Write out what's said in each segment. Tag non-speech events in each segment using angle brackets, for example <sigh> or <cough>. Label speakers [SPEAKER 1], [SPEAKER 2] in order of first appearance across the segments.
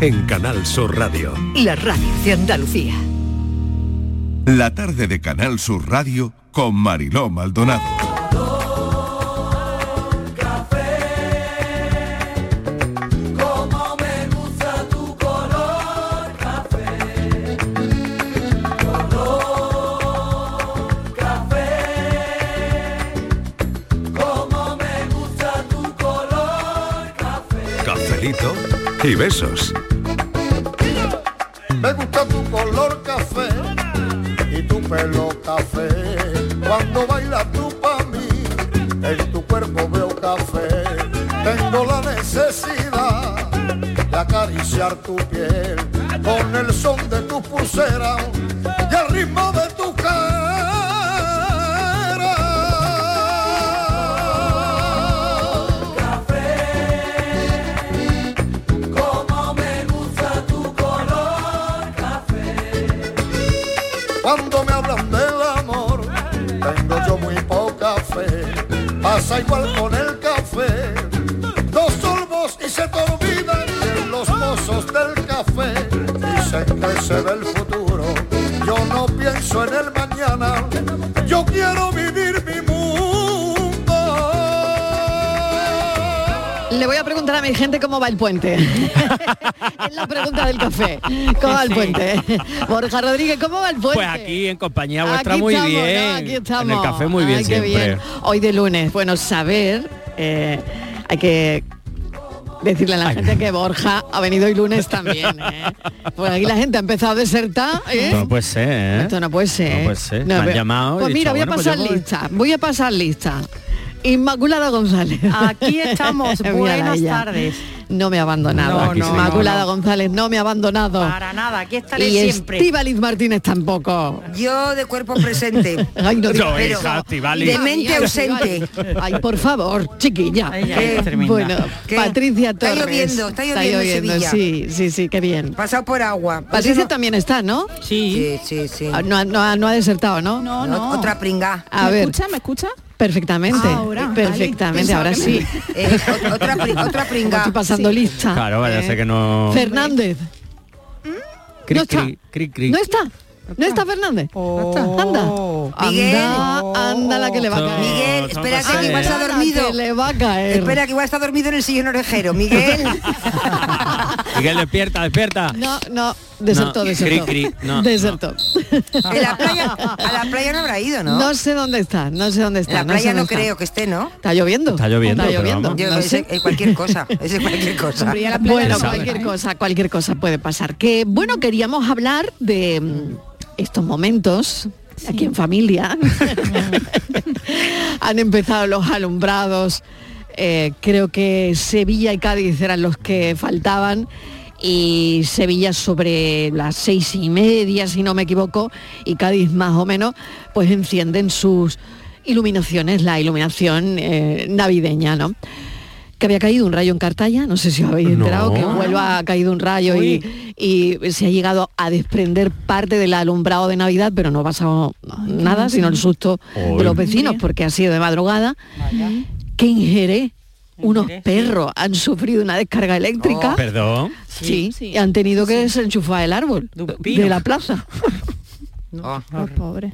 [SPEAKER 1] en Canal Sur Radio.
[SPEAKER 2] La radio de Andalucía.
[SPEAKER 3] La tarde de Canal Sur Radio con Mariló Maldonado.
[SPEAKER 4] Como me gusta tu color café, color café. Como me gusta tu color café.
[SPEAKER 1] Cafelito y besos.
[SPEAKER 5] Me gusta tu color café y tu pelo café. Cuando bailas tú para mí, en tu cuerpo veo café. Tengo la necesidad de acariciar tu piel con el son de tu pulsera y el ritmo de tu
[SPEAKER 4] Como me gusta tu color café.
[SPEAKER 5] Cuando me hablan del amor, tengo yo muy poca fe. Pasa igual con el café. Dos sorbos y se te olvidan de los mozos del café. Dicen que se ve el futuro. Yo no pienso en el mañana. Yo quiero vivir mi mundo.
[SPEAKER 6] Le voy a preguntar a mi gente cómo va el
[SPEAKER 7] <laughs>
[SPEAKER 6] puente. es la pregunta del café. ¿Cómo va el
[SPEAKER 7] Sí.
[SPEAKER 6] puente? Borja Rodríguez, ¿cómo va el puente?
[SPEAKER 7] Pues aquí en compañía vuestra
[SPEAKER 6] Aquí
[SPEAKER 7] muy
[SPEAKER 6] estamos, ¿no?
[SPEAKER 7] bien.
[SPEAKER 6] Aquí estamos.
[SPEAKER 7] En el café muy bien
[SPEAKER 6] Ay, qué
[SPEAKER 7] siempre.
[SPEAKER 6] bien. Hoy de lunes, bueno, saber, eh, hay que decirle a la gente que Borja ha venido hoy lunes también.
[SPEAKER 7] <laughs>
[SPEAKER 6] ¿eh? Pues aquí la gente ha empezado a desertar. ¿eh?
[SPEAKER 7] No puede ser, ¿eh?
[SPEAKER 6] Esto no puede ser.
[SPEAKER 7] No puede ser.
[SPEAKER 6] No,
[SPEAKER 7] Me han
[SPEAKER 6] pero-
[SPEAKER 7] llamado. y
[SPEAKER 6] Pues
[SPEAKER 7] he
[SPEAKER 6] mira,
[SPEAKER 7] dicho,
[SPEAKER 6] voy a
[SPEAKER 7] bueno, pues
[SPEAKER 6] pasar
[SPEAKER 7] yo voy.
[SPEAKER 6] lista. Voy a pasar lista. Inmaculada González.
[SPEAKER 8] Aquí
[SPEAKER 6] <laughs>
[SPEAKER 8] estamos.
[SPEAKER 6] Mírala
[SPEAKER 8] Buenas
[SPEAKER 6] ella.
[SPEAKER 8] tardes.
[SPEAKER 6] No me ha abandonado.
[SPEAKER 8] No, Aquí no, sí.
[SPEAKER 6] Inmaculada
[SPEAKER 8] no, no.
[SPEAKER 6] González no me ha abandonado.
[SPEAKER 8] Para nada, aquí estaré
[SPEAKER 6] y
[SPEAKER 8] siempre.
[SPEAKER 6] Estíbaliz Martínez tampoco.
[SPEAKER 9] Yo de cuerpo presente.
[SPEAKER 6] <laughs> Ay, no, digas
[SPEAKER 9] No,
[SPEAKER 6] eso.
[SPEAKER 9] hija, Estíbaliz. De mente ausente.
[SPEAKER 6] Ay, por favor, chiquilla.
[SPEAKER 9] Ay, ay,
[SPEAKER 6] Eh,
[SPEAKER 9] tremenda.
[SPEAKER 6] bueno,
[SPEAKER 9] ¿Qué?
[SPEAKER 6] Patricia
[SPEAKER 9] Está
[SPEAKER 6] Torres.
[SPEAKER 9] lloviendo, está lloviendo en Sevilla.
[SPEAKER 6] Sí, sí, sí, qué bien.
[SPEAKER 9] Pasado por agua.
[SPEAKER 10] Pues
[SPEAKER 6] Patricia también está, ¿no?
[SPEAKER 9] Sí, sí, sí.
[SPEAKER 6] Ah, No, ha- no ha- no ha desertado, ¿no?
[SPEAKER 9] No, no. Otra pringa.
[SPEAKER 6] A ver. ¿Me escucha? Perfectamente. perfectamente, ahora sí.
[SPEAKER 9] Eh, otra, pri- otra pringa.
[SPEAKER 6] Estoy pasando lista.
[SPEAKER 7] Claro, vaya, sé que no.
[SPEAKER 6] Fernández. Eh,
[SPEAKER 7] Cri,
[SPEAKER 6] no está.
[SPEAKER 7] cri, cri, cri.
[SPEAKER 6] No está. No está Fernández. Anda.
[SPEAKER 9] Miguel.
[SPEAKER 6] Anda, anda la que le va a caer.
[SPEAKER 9] Miguel, espera que igual está dormido.
[SPEAKER 6] Que le va a caer.
[SPEAKER 9] Espera que igual está dormido en el sillón orejero. Miguel.
[SPEAKER 7] <laughs> Miguel, despierta, despierta.
[SPEAKER 6] <laughs> No, no, desertó,
[SPEAKER 7] No,
[SPEAKER 6] desertó.
[SPEAKER 7] cri, cri, no,
[SPEAKER 6] desertó.
[SPEAKER 9] <laughs> En la playa, a la playa no habrá ido, ¿no?
[SPEAKER 6] No sé dónde está, no sé dónde
[SPEAKER 9] en
[SPEAKER 6] está.
[SPEAKER 9] la
[SPEAKER 6] sé
[SPEAKER 9] playa no,
[SPEAKER 6] dónde está.
[SPEAKER 9] creo que esté, ¿no?
[SPEAKER 6] Está lloviendo.
[SPEAKER 7] Está lloviendo, pero vamos.
[SPEAKER 9] Yo,
[SPEAKER 6] no
[SPEAKER 9] es,
[SPEAKER 6] sé.
[SPEAKER 9] es cualquier cosa. Es cualquier cosa.
[SPEAKER 6] bueno, cualquier cosa, cualquier cosa puede pasar. Que bueno, queríamos hablar de mm, estos momentos aquí en familia. Han empezado los alumbrados. eh, creo que Sevilla y Cádiz eran los que faltaban. Y Sevilla sobre las seis y media, si no me equivoco, y Cádiz más o menos, pues encienden sus iluminaciones, la iluminación eh, navideña, ¿no? que había caído un rayo en Cartaya, no sé si os habéis enterado, que en Huelva ha caído un rayo y, y se ha llegado a desprender parte del alumbrado de Navidad, pero no ha pasado nada, sino el susto de los vecinos, porque ha sido de madrugada, que ingeré unos perros, han sufrido una descarga eléctrica.
[SPEAKER 7] Perdón.
[SPEAKER 6] Sí, y han tenido que desenchufar el árbol de la plaza.
[SPEAKER 9] Oh,
[SPEAKER 11] Pobre.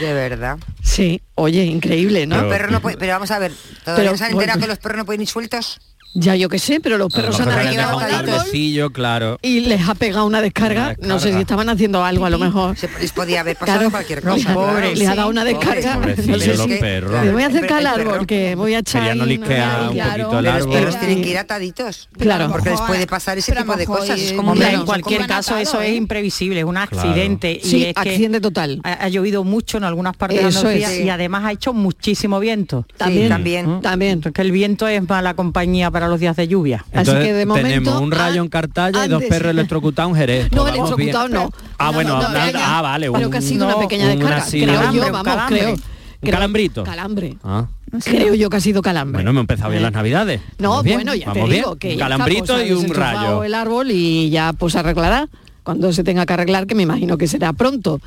[SPEAKER 9] de verdad.
[SPEAKER 6] Sí, oye, increíble, ¿no?
[SPEAKER 9] Pero, perro no puede- pero vamos a ver, ¿todavía
[SPEAKER 6] Pero,
[SPEAKER 9] no se han enterado
[SPEAKER 6] bueno.
[SPEAKER 9] que los perros no pueden ir sueltos?
[SPEAKER 6] Ya yo qué sé, pero los perros
[SPEAKER 7] A
[SPEAKER 6] han
[SPEAKER 7] lo mejor le
[SPEAKER 6] arrancado
[SPEAKER 7] deja
[SPEAKER 6] al
[SPEAKER 7] un
[SPEAKER 6] árbol
[SPEAKER 7] cablecillo, claro.
[SPEAKER 6] y les ha pegado una descarga. No sé si estaban haciendo algo a lo mejor.
[SPEAKER 9] Les podía haber pasado
[SPEAKER 6] Claro,
[SPEAKER 9] cualquier
[SPEAKER 6] no,
[SPEAKER 9] cosa.
[SPEAKER 6] pobre,
[SPEAKER 9] claro.
[SPEAKER 6] le ha dado una
[SPEAKER 9] Pobre.
[SPEAKER 6] descarga.
[SPEAKER 7] Pobrecillo,
[SPEAKER 6] No sé
[SPEAKER 7] los
[SPEAKER 6] si-
[SPEAKER 7] perros.
[SPEAKER 6] Me voy a acercar al
[SPEAKER 9] El perro.
[SPEAKER 6] árbol que voy a echar.
[SPEAKER 7] Sería no
[SPEAKER 6] ahí,
[SPEAKER 7] lisquea un
[SPEAKER 6] Claro.
[SPEAKER 7] poquito el
[SPEAKER 9] Pero los
[SPEAKER 7] árbol.
[SPEAKER 9] perros tienen que ir ataditos.
[SPEAKER 6] Claro.
[SPEAKER 9] Porque les puede pasar ese tipo de cosas. Es como
[SPEAKER 8] Hombre,
[SPEAKER 6] Claro.
[SPEAKER 8] en cualquier caso eso es imprevisible, es un accidente y
[SPEAKER 6] Sí,
[SPEAKER 8] es
[SPEAKER 6] accidente total.
[SPEAKER 8] que ha, ha llovido mucho en algunas partes de
[SPEAKER 6] Eso
[SPEAKER 8] Andalucía
[SPEAKER 6] es.
[SPEAKER 8] y además ha hecho muchísimo viento.
[SPEAKER 6] También,
[SPEAKER 9] también.
[SPEAKER 6] también.
[SPEAKER 8] Entonces, que el viento es mala compañía para los días de lluvia.
[SPEAKER 6] Así
[SPEAKER 7] Entonces,
[SPEAKER 6] que de momento...
[SPEAKER 7] tenemos un rayo en Cartalla y dos
[SPEAKER 6] antes-
[SPEAKER 7] perros electrocutados en Jerez.
[SPEAKER 6] No,
[SPEAKER 7] Pues vamos bien.
[SPEAKER 6] electrocutado no.
[SPEAKER 7] Ah,
[SPEAKER 6] No,
[SPEAKER 7] bueno,
[SPEAKER 6] no, no,
[SPEAKER 7] nada-
[SPEAKER 6] venga.
[SPEAKER 7] ah, vale.
[SPEAKER 6] Pero que ha sido una pequeña descarga.
[SPEAKER 7] así-
[SPEAKER 6] creo
[SPEAKER 8] calambre,
[SPEAKER 6] yo,
[SPEAKER 8] un
[SPEAKER 6] vamos,
[SPEAKER 8] calambre.
[SPEAKER 6] creo.
[SPEAKER 8] Un
[SPEAKER 6] creo-
[SPEAKER 7] calambrito.
[SPEAKER 6] Calambre.
[SPEAKER 7] Ah.
[SPEAKER 6] Creo yo que ha sido calambre.
[SPEAKER 7] Bueno, me he empezado bien las navidades.
[SPEAKER 6] no,
[SPEAKER 7] Vamos bien,
[SPEAKER 6] bueno, ya te
[SPEAKER 7] vamos bien.
[SPEAKER 6] digo que
[SPEAKER 7] Un
[SPEAKER 6] ya está,
[SPEAKER 7] calambrito
[SPEAKER 6] pues, ha
[SPEAKER 7] y un
[SPEAKER 6] desenchufado
[SPEAKER 7] rayo.
[SPEAKER 6] el árbol y ya pues arreglará. cuando se tenga que arreglar, que me imagino que será pronto.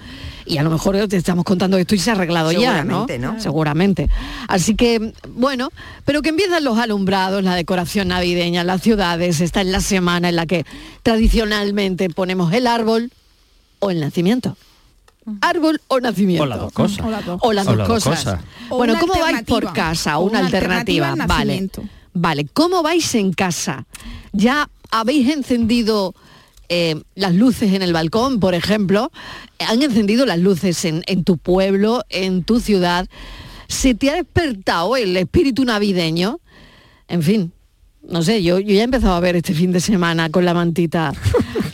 [SPEAKER 6] Y a lo mejor te estamos contando esto y se ha arreglado ya, ¿no?
[SPEAKER 9] Seguramente, ¿no?
[SPEAKER 6] Seguramente. Así que, bueno, pero que empiezan los alumbrados, la decoración navideña, las ciudades, esta es la semana en la que tradicionalmente ponemos el árbol o el nacimiento. Árbol o nacimiento.
[SPEAKER 7] O las dos cosas.
[SPEAKER 12] O las dos.
[SPEAKER 6] O las
[SPEAKER 7] O
[SPEAKER 6] dos
[SPEAKER 7] las dos
[SPEAKER 6] cosas.
[SPEAKER 7] cosas.
[SPEAKER 12] O
[SPEAKER 6] Bueno,
[SPEAKER 12] una
[SPEAKER 6] ¿cómo vais
[SPEAKER 12] alternativa.
[SPEAKER 6] por casa?
[SPEAKER 12] O
[SPEAKER 6] Una,
[SPEAKER 12] una
[SPEAKER 6] alternativa.
[SPEAKER 12] alternativa al
[SPEAKER 6] vale.
[SPEAKER 12] nacimiento.
[SPEAKER 6] Vale. ¿Cómo vais en casa? Ya habéis encendido eh, las luces en el balcón, por ejemplo. Han encendido las luces en, en tu pueblo, en tu ciudad. ¿Se te ha despertado el espíritu navideño? En fin, no sé, yo, yo ya he empezado a ver este fin de semana con la mantita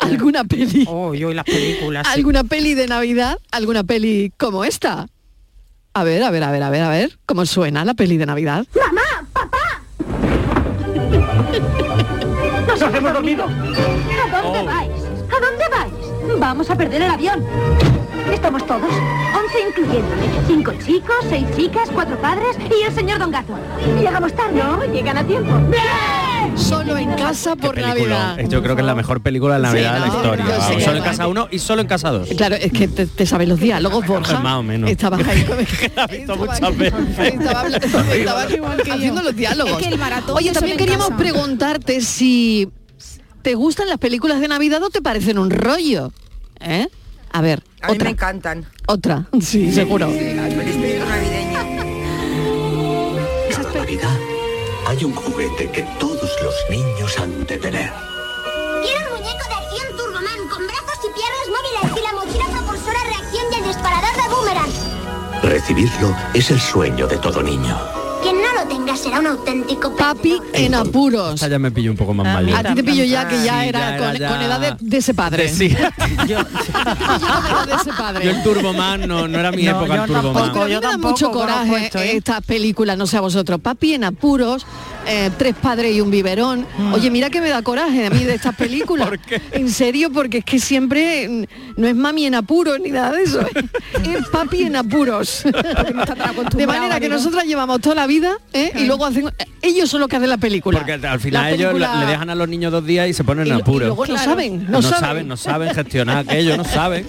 [SPEAKER 6] alguna peli.
[SPEAKER 8] Oh, yo y las
[SPEAKER 7] Ah,
[SPEAKER 8] películas. sí.
[SPEAKER 6] ¿Alguna peli de Navidad? ¿Alguna peli como esta? A ver, a ver, a ver, a ver, a ver, ¿cómo suena la peli de Navidad?
[SPEAKER 13] ¡Nos hemos dormido! ¿A
[SPEAKER 6] Oh.
[SPEAKER 13] dónde vais? ¿A dónde vais? Vamos a perder el avión. Estamos todos, 11 incluyéndome. Cinco chicos, seis chicas, cuatro padres y el señor Don Gato. Llegamos tarde. No, llegan a tiempo. ¡Bien!
[SPEAKER 6] Solo en casa
[SPEAKER 7] Qué
[SPEAKER 6] por
[SPEAKER 7] peliculón.
[SPEAKER 6] Navidad.
[SPEAKER 7] Eh, Yo creo que es la mejor película de Navidad
[SPEAKER 6] Sí,
[SPEAKER 7] de la
[SPEAKER 6] ¿no?
[SPEAKER 7] historia.
[SPEAKER 6] Yo sé
[SPEAKER 7] vamos.
[SPEAKER 6] que
[SPEAKER 7] Solo en
[SPEAKER 6] además-
[SPEAKER 7] casa uno y solo en casa dos.
[SPEAKER 6] Claro, es que te, te sabes los diálogos, Borja.
[SPEAKER 7] Más o menos. <laughs>
[SPEAKER 6] Estabas <laughs> <laughs> ahí.
[SPEAKER 7] La he visto
[SPEAKER 6] Estaba-
[SPEAKER 7] muchas veces.
[SPEAKER 6] estaba hablando- estaba
[SPEAKER 12] Igual que yo.
[SPEAKER 6] haciendo los diálogos.
[SPEAKER 12] Es que el maratón
[SPEAKER 6] Oye,
[SPEAKER 12] de
[SPEAKER 6] también
[SPEAKER 12] Solo en
[SPEAKER 6] queríamos
[SPEAKER 12] Casa.
[SPEAKER 6] preguntarte si te gustan las películas de Navidad o te parecen un rollo. ¿Eh? A ver,
[SPEAKER 9] A mí
[SPEAKER 6] otra.
[SPEAKER 9] me encantan.
[SPEAKER 6] Otra, sí, seguro.
[SPEAKER 9] El espíritu navideño.
[SPEAKER 14] Cada Navidad hay un juguete que todos los niños han de tener.
[SPEAKER 13] Quiero un muñeco de acción Turboman con brazos y piernas móviles y la mochila propulsora reacción y el disparador de boomerang.
[SPEAKER 14] Recibirlo es el sueño de todo niño.
[SPEAKER 13] Quien no lo tenga será un auténtico
[SPEAKER 6] Papi en apuros.
[SPEAKER 7] Esta ya me pillo un poco más
[SPEAKER 8] Ah,
[SPEAKER 7] mayor.
[SPEAKER 8] mira.
[SPEAKER 6] A ti te pillo ya que ya
[SPEAKER 7] Sí,
[SPEAKER 6] era,
[SPEAKER 7] ya era
[SPEAKER 6] con,
[SPEAKER 7] ya.
[SPEAKER 6] con edad de, de ese padre. <laughs>
[SPEAKER 7] Sí. <laughs>
[SPEAKER 8] Yo,
[SPEAKER 6] Yo de ese
[SPEAKER 7] Yo
[SPEAKER 6] padre.
[SPEAKER 7] el Turboman no, no era mi
[SPEAKER 8] No,
[SPEAKER 7] época
[SPEAKER 8] yo
[SPEAKER 7] el Turboman.
[SPEAKER 8] tampoco.
[SPEAKER 6] Pero a mí
[SPEAKER 8] yo
[SPEAKER 6] me da mucho
[SPEAKER 8] conozco
[SPEAKER 6] coraje
[SPEAKER 8] esto, ¿eh?
[SPEAKER 6] estas películas, no sé a vosotros, Papi en apuros, eh, Tres padres y un biberón. Oye, mira que me da coraje a mí de estas películas.
[SPEAKER 7] ¿Por qué?
[SPEAKER 6] En serio, porque es que siempre mm, no es mami en apuros ni nada de eso. ¿eh? Es papi en apuros.
[SPEAKER 12] no está tan acostumbrado,
[SPEAKER 6] De manera que
[SPEAKER 12] digo.
[SPEAKER 6] nosotras llevamos toda la vida ¿eh? y luego hacen... Ellos son los que hacen la película.
[SPEAKER 7] Porque al
[SPEAKER 6] La
[SPEAKER 7] final ellos
[SPEAKER 6] película-
[SPEAKER 7] la- le dejan a los niños dos días y se ponen
[SPEAKER 6] Y-
[SPEAKER 7] en
[SPEAKER 6] y
[SPEAKER 7] apuros.
[SPEAKER 6] luego no Claro. saben, no saben.
[SPEAKER 7] no saben gestionar aquello, no saben.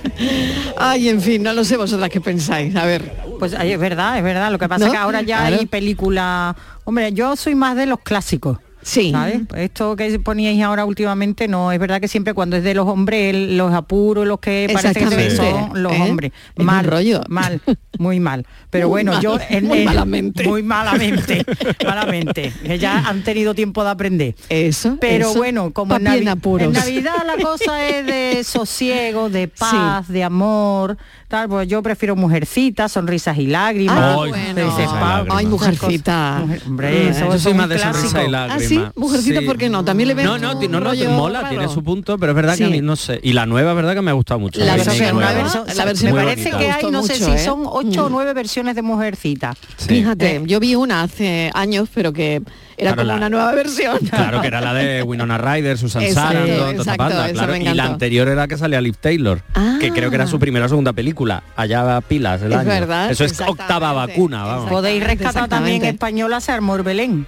[SPEAKER 6] Ay, en fin, no lo sé vosotras qué pensáis. A ver.
[SPEAKER 8] Pues ay, es verdad, es verdad. Lo que pasa
[SPEAKER 6] ¿No?
[SPEAKER 8] es que ahora ya
[SPEAKER 6] Claro.
[SPEAKER 8] hay películas. Hombre, yo soy más de los clásicos.
[SPEAKER 6] Sí.
[SPEAKER 8] ¿Sabes? Esto que poníais ahora últimamente, no, es verdad que siempre cuando es de los hombres, el- los apuros, los que parece que se ven
[SPEAKER 6] Exactamente.
[SPEAKER 8] son los
[SPEAKER 6] ¿Eh?
[SPEAKER 8] hombres.
[SPEAKER 6] Es un
[SPEAKER 8] Mal
[SPEAKER 6] rollo.
[SPEAKER 8] Mal, muy mal. Pero
[SPEAKER 6] Muy
[SPEAKER 8] bueno,
[SPEAKER 6] mal,
[SPEAKER 8] yo
[SPEAKER 6] muy malamente. <laughs>
[SPEAKER 8] Muy malamente. Malamente. Que ya han tenido tiempo de aprender.
[SPEAKER 6] Eso,
[SPEAKER 8] Pero
[SPEAKER 6] eso.
[SPEAKER 8] bueno, como en,
[SPEAKER 6] Papi en
[SPEAKER 8] Navi-
[SPEAKER 6] apuros.
[SPEAKER 8] en Navidad la cosa es
[SPEAKER 6] <laughs>
[SPEAKER 8] de sosiego, de paz, de amor, tal, pues yo prefiero mujercitas, sonrisas y lágrimas.
[SPEAKER 6] Ah,
[SPEAKER 7] Ay,
[SPEAKER 6] bueno.
[SPEAKER 7] sonrisas y lágrimas.
[SPEAKER 6] Ay, mujercita.
[SPEAKER 8] Mujer- hombre, eso
[SPEAKER 7] Mm, Yo
[SPEAKER 8] es
[SPEAKER 7] soy
[SPEAKER 8] un
[SPEAKER 7] más de sonrisa
[SPEAKER 8] clásico.
[SPEAKER 7] y
[SPEAKER 6] Ah, sí,
[SPEAKER 7] lágrima.
[SPEAKER 6] mujercita, <laughs> ¿por qué no? También le ves
[SPEAKER 7] No, no, ti- no, no,
[SPEAKER 6] rollo
[SPEAKER 7] mola,
[SPEAKER 6] raro.
[SPEAKER 7] tiene su punto, pero es verdad que a
[SPEAKER 6] Sí.
[SPEAKER 7] mí no sé. Y la nueva, es verdad que me ha gustado mucho.
[SPEAKER 6] La
[SPEAKER 7] Disney
[SPEAKER 6] versión
[SPEAKER 7] nueva.
[SPEAKER 6] nueva, la versión
[SPEAKER 8] me
[SPEAKER 7] Muy
[SPEAKER 8] parece
[SPEAKER 7] bonita.
[SPEAKER 8] que
[SPEAKER 6] Me
[SPEAKER 8] hay, no
[SPEAKER 6] gustó
[SPEAKER 8] sé
[SPEAKER 6] mucho,
[SPEAKER 8] si
[SPEAKER 6] ¿eh?
[SPEAKER 8] son ocho o nueve versiones de Mujercita. Eh.
[SPEAKER 7] Sí.
[SPEAKER 6] Fíjate, yo vi una hace años, pero que era
[SPEAKER 7] Claro,
[SPEAKER 6] como
[SPEAKER 7] la-
[SPEAKER 6] una nueva versión.
[SPEAKER 7] Claro que era la de Winona Ryder, Susan
[SPEAKER 6] Exacto,
[SPEAKER 7] Sarandon,
[SPEAKER 6] exacto,
[SPEAKER 7] toda panda,
[SPEAKER 6] esa
[SPEAKER 7] claro.
[SPEAKER 6] me
[SPEAKER 7] Y la
[SPEAKER 6] encantó.
[SPEAKER 7] anterior era que salía Liv Taylor,
[SPEAKER 6] Ah.
[SPEAKER 7] que creo que era su primera o segunda película, allá a pilas el
[SPEAKER 6] Es
[SPEAKER 7] año.
[SPEAKER 6] verdad,
[SPEAKER 7] Eso es
[SPEAKER 6] exactamente,
[SPEAKER 7] octava vacuna, vamos.
[SPEAKER 8] Podéis rescatar también
[SPEAKER 6] exactamente.
[SPEAKER 8] española se armó el Belén.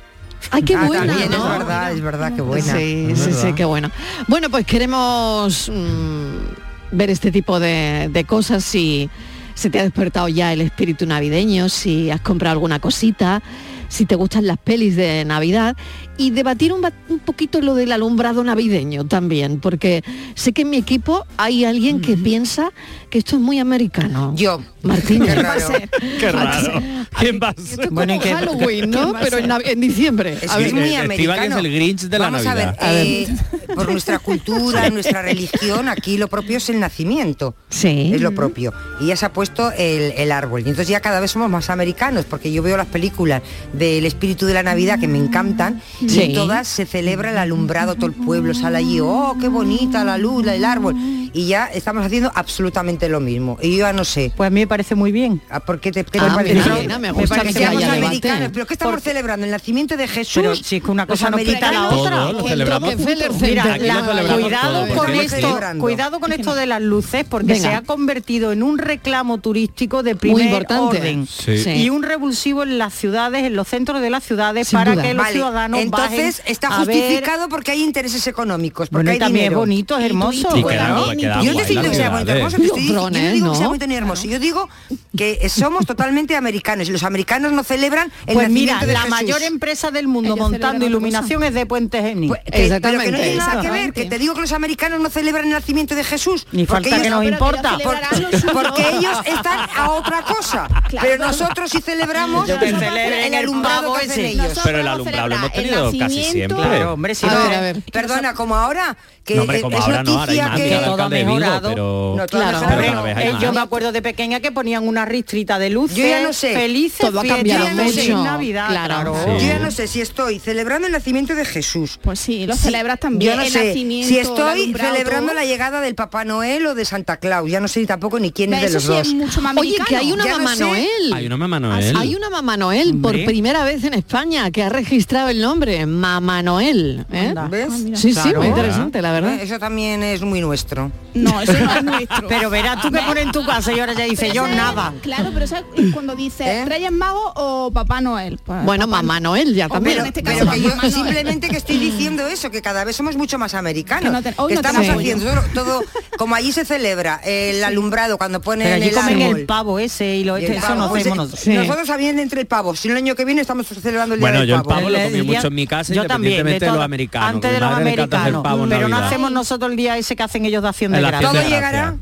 [SPEAKER 6] Ay, qué
[SPEAKER 9] Ah,
[SPEAKER 6] buena,
[SPEAKER 9] también,
[SPEAKER 6] ¿no?
[SPEAKER 9] Es verdad, es verdad, qué buena.
[SPEAKER 6] Sí, sí, sí, qué bueno. Bueno, pues queremos mm, ver este tipo de, de cosas, si se te ha despertado ya el espíritu navideño, si has comprado alguna cosita, si te gustan las pelis de Navidad y debatir un, ba- un poquito lo del alumbrado navideño también, porque sé que en mi equipo hay alguien que piensa que esto es muy americano.
[SPEAKER 9] Yo.
[SPEAKER 6] Martín,
[SPEAKER 9] Qué
[SPEAKER 6] ¿qué va a
[SPEAKER 9] raro.
[SPEAKER 6] ser?
[SPEAKER 7] Qué raro. ¿Quién va a
[SPEAKER 6] Esto
[SPEAKER 7] ser?
[SPEAKER 6] es como
[SPEAKER 8] Bueno, ¿y qué-
[SPEAKER 6] Halloween, ¿no? Pero en, nav- en diciembre.
[SPEAKER 9] Es
[SPEAKER 6] A
[SPEAKER 9] que
[SPEAKER 6] ver,
[SPEAKER 9] es muy
[SPEAKER 7] eh, Estíbaliz
[SPEAKER 9] americano.
[SPEAKER 7] es el Grinch de la
[SPEAKER 9] Vamos
[SPEAKER 7] Navidad.
[SPEAKER 9] A ver, eh, por nuestra cultura, nuestra religión, aquí lo propio es el nacimiento.
[SPEAKER 6] Sí.
[SPEAKER 9] Es lo propio. Y ya se ha puesto el, el árbol. Y entonces ya cada vez somos más americanos, porque yo veo las películas del espíritu de la Navidad que me encantan, y
[SPEAKER 6] Sí.
[SPEAKER 9] en todas se celebra el alumbrado, todo el pueblo sale allí, oh, qué bonita la luz, el árbol. Y ya estamos haciendo absolutamente lo mismo. Y yo ya no sé.
[SPEAKER 8] Pues a mí me parece muy bien.
[SPEAKER 9] ¿A ¿Por qué te, qué
[SPEAKER 6] Ah,
[SPEAKER 9] te parece?
[SPEAKER 6] mira, mira, me gusta
[SPEAKER 9] parece
[SPEAKER 8] que
[SPEAKER 9] seamos
[SPEAKER 8] haya debate.
[SPEAKER 9] americanos, pero ¿qué estamos celebrando? El nacimiento de Jesús.
[SPEAKER 8] Pero si es que una
[SPEAKER 9] Los
[SPEAKER 8] cosa no quita la
[SPEAKER 9] americanos-
[SPEAKER 8] otra.
[SPEAKER 7] Todo lo celebramos.
[SPEAKER 6] Rockefeller
[SPEAKER 7] juntos.
[SPEAKER 6] Center.
[SPEAKER 8] Mira,
[SPEAKER 7] aquí
[SPEAKER 8] la-
[SPEAKER 7] lo celebramos
[SPEAKER 8] cuidado
[SPEAKER 7] todo,
[SPEAKER 8] con
[SPEAKER 7] porque
[SPEAKER 9] sí.
[SPEAKER 8] esto,
[SPEAKER 9] Celebrando.
[SPEAKER 8] cuidado con esto de las luces, porque
[SPEAKER 6] Venga.
[SPEAKER 8] se ha convertido en un reclamo turístico de
[SPEAKER 6] muy
[SPEAKER 8] primer
[SPEAKER 6] importante.
[SPEAKER 8] orden.
[SPEAKER 7] Sí. Sí.
[SPEAKER 8] Y un revulsivo en las ciudades, en los centros de las ciudades,
[SPEAKER 6] Sin
[SPEAKER 8] para
[SPEAKER 6] duda.
[SPEAKER 8] que los
[SPEAKER 9] Vale,
[SPEAKER 8] ciudadanos
[SPEAKER 9] entonces
[SPEAKER 8] bajen
[SPEAKER 9] está
[SPEAKER 8] a ver-
[SPEAKER 9] justificado porque hay intereses económicos, porque
[SPEAKER 8] Bueno, y
[SPEAKER 9] hay
[SPEAKER 8] también
[SPEAKER 9] dinero.
[SPEAKER 8] es bonito, es hermoso.
[SPEAKER 7] Y que era-
[SPEAKER 8] Bueno,
[SPEAKER 7] que
[SPEAKER 9] yo no estoy diciendo que sea bonito ni hermoso, te estoy diciendo- yo no digo que sea bonito ni hermoso, yo digo que somos totalmente americanos y los americanos no celebran el
[SPEAKER 8] Pues mira,
[SPEAKER 9] nacimiento de
[SPEAKER 8] la
[SPEAKER 9] Jesús.
[SPEAKER 8] mayor empresa del mundo
[SPEAKER 9] Ellos
[SPEAKER 8] montando
[SPEAKER 9] celebran
[SPEAKER 8] iluminación es de Puente Gemini.
[SPEAKER 9] Pues, Que- Pero que no tiene nada que ver, que te digo que los americanos no celebran el nacimiento de Jesús.
[SPEAKER 8] Ni
[SPEAKER 9] porque
[SPEAKER 8] falta que nos No, pero importa. que
[SPEAKER 9] Por-
[SPEAKER 8] celebrarán <laughs> los suyos.
[SPEAKER 9] porque <laughs> ellos están a otra cosa.
[SPEAKER 8] Claro.
[SPEAKER 9] Pero nosotros sí celebramos
[SPEAKER 8] Yo que
[SPEAKER 9] el
[SPEAKER 8] celebren el
[SPEAKER 9] alumbrado
[SPEAKER 8] pavo
[SPEAKER 9] que hacen
[SPEAKER 8] ese.
[SPEAKER 9] ellos.
[SPEAKER 7] Pero el alumbrado lo hemos tenido casi siempre.
[SPEAKER 8] Claro, hombre, si
[SPEAKER 9] A
[SPEAKER 8] no-
[SPEAKER 9] ver, a ver. Perdona, como ahora, que
[SPEAKER 7] No, hombre,
[SPEAKER 9] eh,
[SPEAKER 7] como
[SPEAKER 9] es
[SPEAKER 7] ahora no, ahora hay
[SPEAKER 9] noticia
[SPEAKER 7] más,
[SPEAKER 9] que...
[SPEAKER 7] mira el alcalde de Vigo, pero-
[SPEAKER 9] No, todo ha
[SPEAKER 8] Claro,
[SPEAKER 9] mejorado.
[SPEAKER 8] hombre,
[SPEAKER 7] Pero cada vez hay
[SPEAKER 8] eh,
[SPEAKER 7] más.
[SPEAKER 8] yo me acuerdo de pequeña que ponían una ristrita de luces.
[SPEAKER 9] Yo ya no sé.
[SPEAKER 8] Felices,
[SPEAKER 9] Todo ha
[SPEAKER 8] fiestas,
[SPEAKER 9] cambiado
[SPEAKER 8] yo ya no sé,
[SPEAKER 9] mucho.
[SPEAKER 8] Navidad, claro.
[SPEAKER 9] Yo ya no sé si estoy celebrando el nacimiento de Jesús. Pues sí,
[SPEAKER 12] lo celebras también,
[SPEAKER 9] Yo no
[SPEAKER 12] el
[SPEAKER 9] sé
[SPEAKER 12] nacimiento,
[SPEAKER 9] si
[SPEAKER 12] el
[SPEAKER 9] estoy
[SPEAKER 12] alumbrado,
[SPEAKER 9] celebrando
[SPEAKER 12] todo.
[SPEAKER 9] la llegada del Papá Noel o de Santa Claus. Ya no sé tampoco ni quién es
[SPEAKER 12] Eso
[SPEAKER 9] de los
[SPEAKER 12] sí
[SPEAKER 9] dos.
[SPEAKER 12] es mucho más
[SPEAKER 6] Oye, que hay una
[SPEAKER 9] Ya no
[SPEAKER 6] mamá
[SPEAKER 9] sé.
[SPEAKER 6] Noel.
[SPEAKER 7] Hay una mamá Noel.
[SPEAKER 6] Hay una Mamá Noel
[SPEAKER 7] Hombre.
[SPEAKER 6] por primera vez en España que ha registrado el nombre, Mamá Noel. ¿eh?
[SPEAKER 9] ¿Ves?
[SPEAKER 12] Ah,
[SPEAKER 6] Sí, sí, muy interesante, la verdad.
[SPEAKER 9] Eh, Eso también es muy nuestro.
[SPEAKER 12] No, eso no
[SPEAKER 9] <laughs>
[SPEAKER 12] es nuestro.
[SPEAKER 8] Pero verás tú que
[SPEAKER 12] Ve-
[SPEAKER 8] pones en tu casa y ahora ya dice
[SPEAKER 12] Pero
[SPEAKER 8] yo
[SPEAKER 12] ese-
[SPEAKER 8] nada.
[SPEAKER 12] Claro, pero eso es cuando dice
[SPEAKER 9] ¿Eh?
[SPEAKER 12] Reyes Magos o Papá Noel. Pues,
[SPEAKER 6] Bueno,
[SPEAKER 12] Papá
[SPEAKER 6] Mamá Noel ya también.
[SPEAKER 12] Pero en este
[SPEAKER 9] Pero
[SPEAKER 12] caso,
[SPEAKER 9] que yo
[SPEAKER 12] Mamá Noel.
[SPEAKER 9] simplemente que estoy diciendo eso, que cada vez somos mucho más americanos.
[SPEAKER 12] Que no te- hoy
[SPEAKER 9] Que
[SPEAKER 12] no
[SPEAKER 9] estamos
[SPEAKER 12] tenemos
[SPEAKER 9] haciendo todo, todo- como allí se celebra el alumbrado cuando ponen
[SPEAKER 8] Pero allí
[SPEAKER 9] el
[SPEAKER 8] comen
[SPEAKER 9] árbol.
[SPEAKER 8] el pavo ese y lo
[SPEAKER 9] Y el
[SPEAKER 8] eso
[SPEAKER 9] pavo,
[SPEAKER 8] no
[SPEAKER 9] pues,
[SPEAKER 8] hacemos
[SPEAKER 9] eh,
[SPEAKER 8] nosotros.
[SPEAKER 9] Nosotros también entre el pavo. Si el año que viene estamos celebrando el día
[SPEAKER 7] Bueno,
[SPEAKER 9] del
[SPEAKER 7] yo el
[SPEAKER 9] pavo.
[SPEAKER 7] pavo lo comí
[SPEAKER 8] El día-
[SPEAKER 7] mucho en mi casa,
[SPEAKER 8] yo también,
[SPEAKER 7] independientemente de
[SPEAKER 8] todo.
[SPEAKER 7] los americanos,
[SPEAKER 8] Antes
[SPEAKER 7] que
[SPEAKER 8] de
[SPEAKER 7] mi
[SPEAKER 8] los
[SPEAKER 7] madre le encanta hacer
[SPEAKER 8] americanos.
[SPEAKER 7] pavo en
[SPEAKER 8] Pero no
[SPEAKER 7] Navidad.
[SPEAKER 8] hacemos nosotros el día ese que hacen ellos de acción de
[SPEAKER 7] En la
[SPEAKER 8] gracias.
[SPEAKER 7] Acción de
[SPEAKER 9] Todo llegará.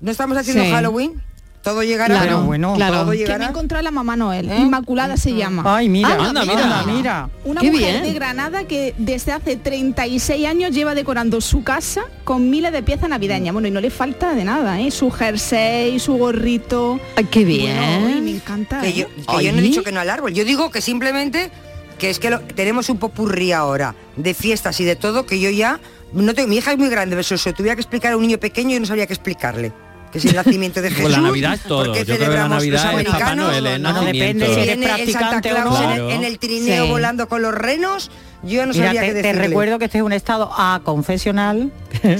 [SPEAKER 9] No estamos haciendo
[SPEAKER 8] Sí.
[SPEAKER 9] Halloween. Todo llegará.
[SPEAKER 8] Claro, Pero bueno, claro.
[SPEAKER 9] Todo
[SPEAKER 12] eh, Que me
[SPEAKER 9] llegará. ¿Eh? Ah.
[SPEAKER 12] encontrado la mamá Noel, Inmaculada se llama. Ah,
[SPEAKER 8] Ay, mira, anda, mira, mira.
[SPEAKER 12] Una
[SPEAKER 8] Qué
[SPEAKER 12] mujer
[SPEAKER 8] bien.
[SPEAKER 12] de Granada que desde hace 36 años lleva decorando su casa con miles de piezas navideñas. Bueno, y no le falta de nada, ¿eh? Su jersey, su gorrito.
[SPEAKER 6] qué
[SPEAKER 12] bien. me encanta.
[SPEAKER 9] Que
[SPEAKER 12] ¿eh?
[SPEAKER 9] yo, que yo no he dicho que no al árbol. Yo digo que simplemente que es que lo- tenemos un popurrí ahora de fiestas y de todo que yo ya no tengo. Mi hija es muy grande, pero si se lo tuviera que explicar a un niño pequeño yo no sabría qué explicarle. Que es el
[SPEAKER 7] <laughs>
[SPEAKER 9] nacimiento de Jesús.
[SPEAKER 7] Pues la Navidad es todo.
[SPEAKER 9] por qué
[SPEAKER 7] Yo creo que la
[SPEAKER 9] celebramos
[SPEAKER 7] Navidad
[SPEAKER 9] los
[SPEAKER 7] es Papá
[SPEAKER 9] americanos,
[SPEAKER 7] Noel, el
[SPEAKER 9] no, no,
[SPEAKER 7] nacimiento.
[SPEAKER 9] depende si
[SPEAKER 7] Viene
[SPEAKER 9] eres
[SPEAKER 8] o
[SPEAKER 9] practicante
[SPEAKER 8] no.
[SPEAKER 9] en, el,
[SPEAKER 8] Claro.
[SPEAKER 9] en el trineo
[SPEAKER 8] Sí.
[SPEAKER 9] volando con los renos, yo no sabría
[SPEAKER 8] Mira,
[SPEAKER 9] qué
[SPEAKER 8] te, te
[SPEAKER 9] decirle.
[SPEAKER 8] recuerdo que este es un estado a
[SPEAKER 7] <laughs>
[SPEAKER 8] confesional,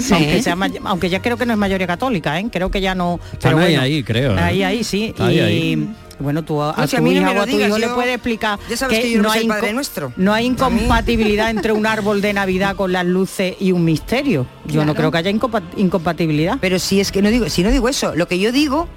[SPEAKER 8] aunque, sea may- aunque ya creo que no es mayoría católica, ¿eh? creo que ya no.
[SPEAKER 7] Están ahí, ahí, creo, ¿eh?
[SPEAKER 8] Ahí, ahí, sí.
[SPEAKER 7] Está ahí,
[SPEAKER 8] y
[SPEAKER 7] ahí.
[SPEAKER 8] bueno, tú a, a
[SPEAKER 9] No, Pues si a
[SPEAKER 8] tu
[SPEAKER 9] mí no
[SPEAKER 8] hija
[SPEAKER 9] me
[SPEAKER 8] o
[SPEAKER 9] lo
[SPEAKER 8] a tu
[SPEAKER 9] digas,
[SPEAKER 8] hijo le
[SPEAKER 9] yo-
[SPEAKER 8] pueres explicar
[SPEAKER 9] ya sabes que yo no soy Padre
[SPEAKER 8] inco-
[SPEAKER 9] Nuestro.
[SPEAKER 8] no hay incompatibilidad entre un árbol de Navidad con las luces y un misterio. Yo no
[SPEAKER 9] Claro.
[SPEAKER 8] creo que haya incompa- incompatibilidad.
[SPEAKER 9] Pero si es que no digo, si no digo eso, lo que yo digo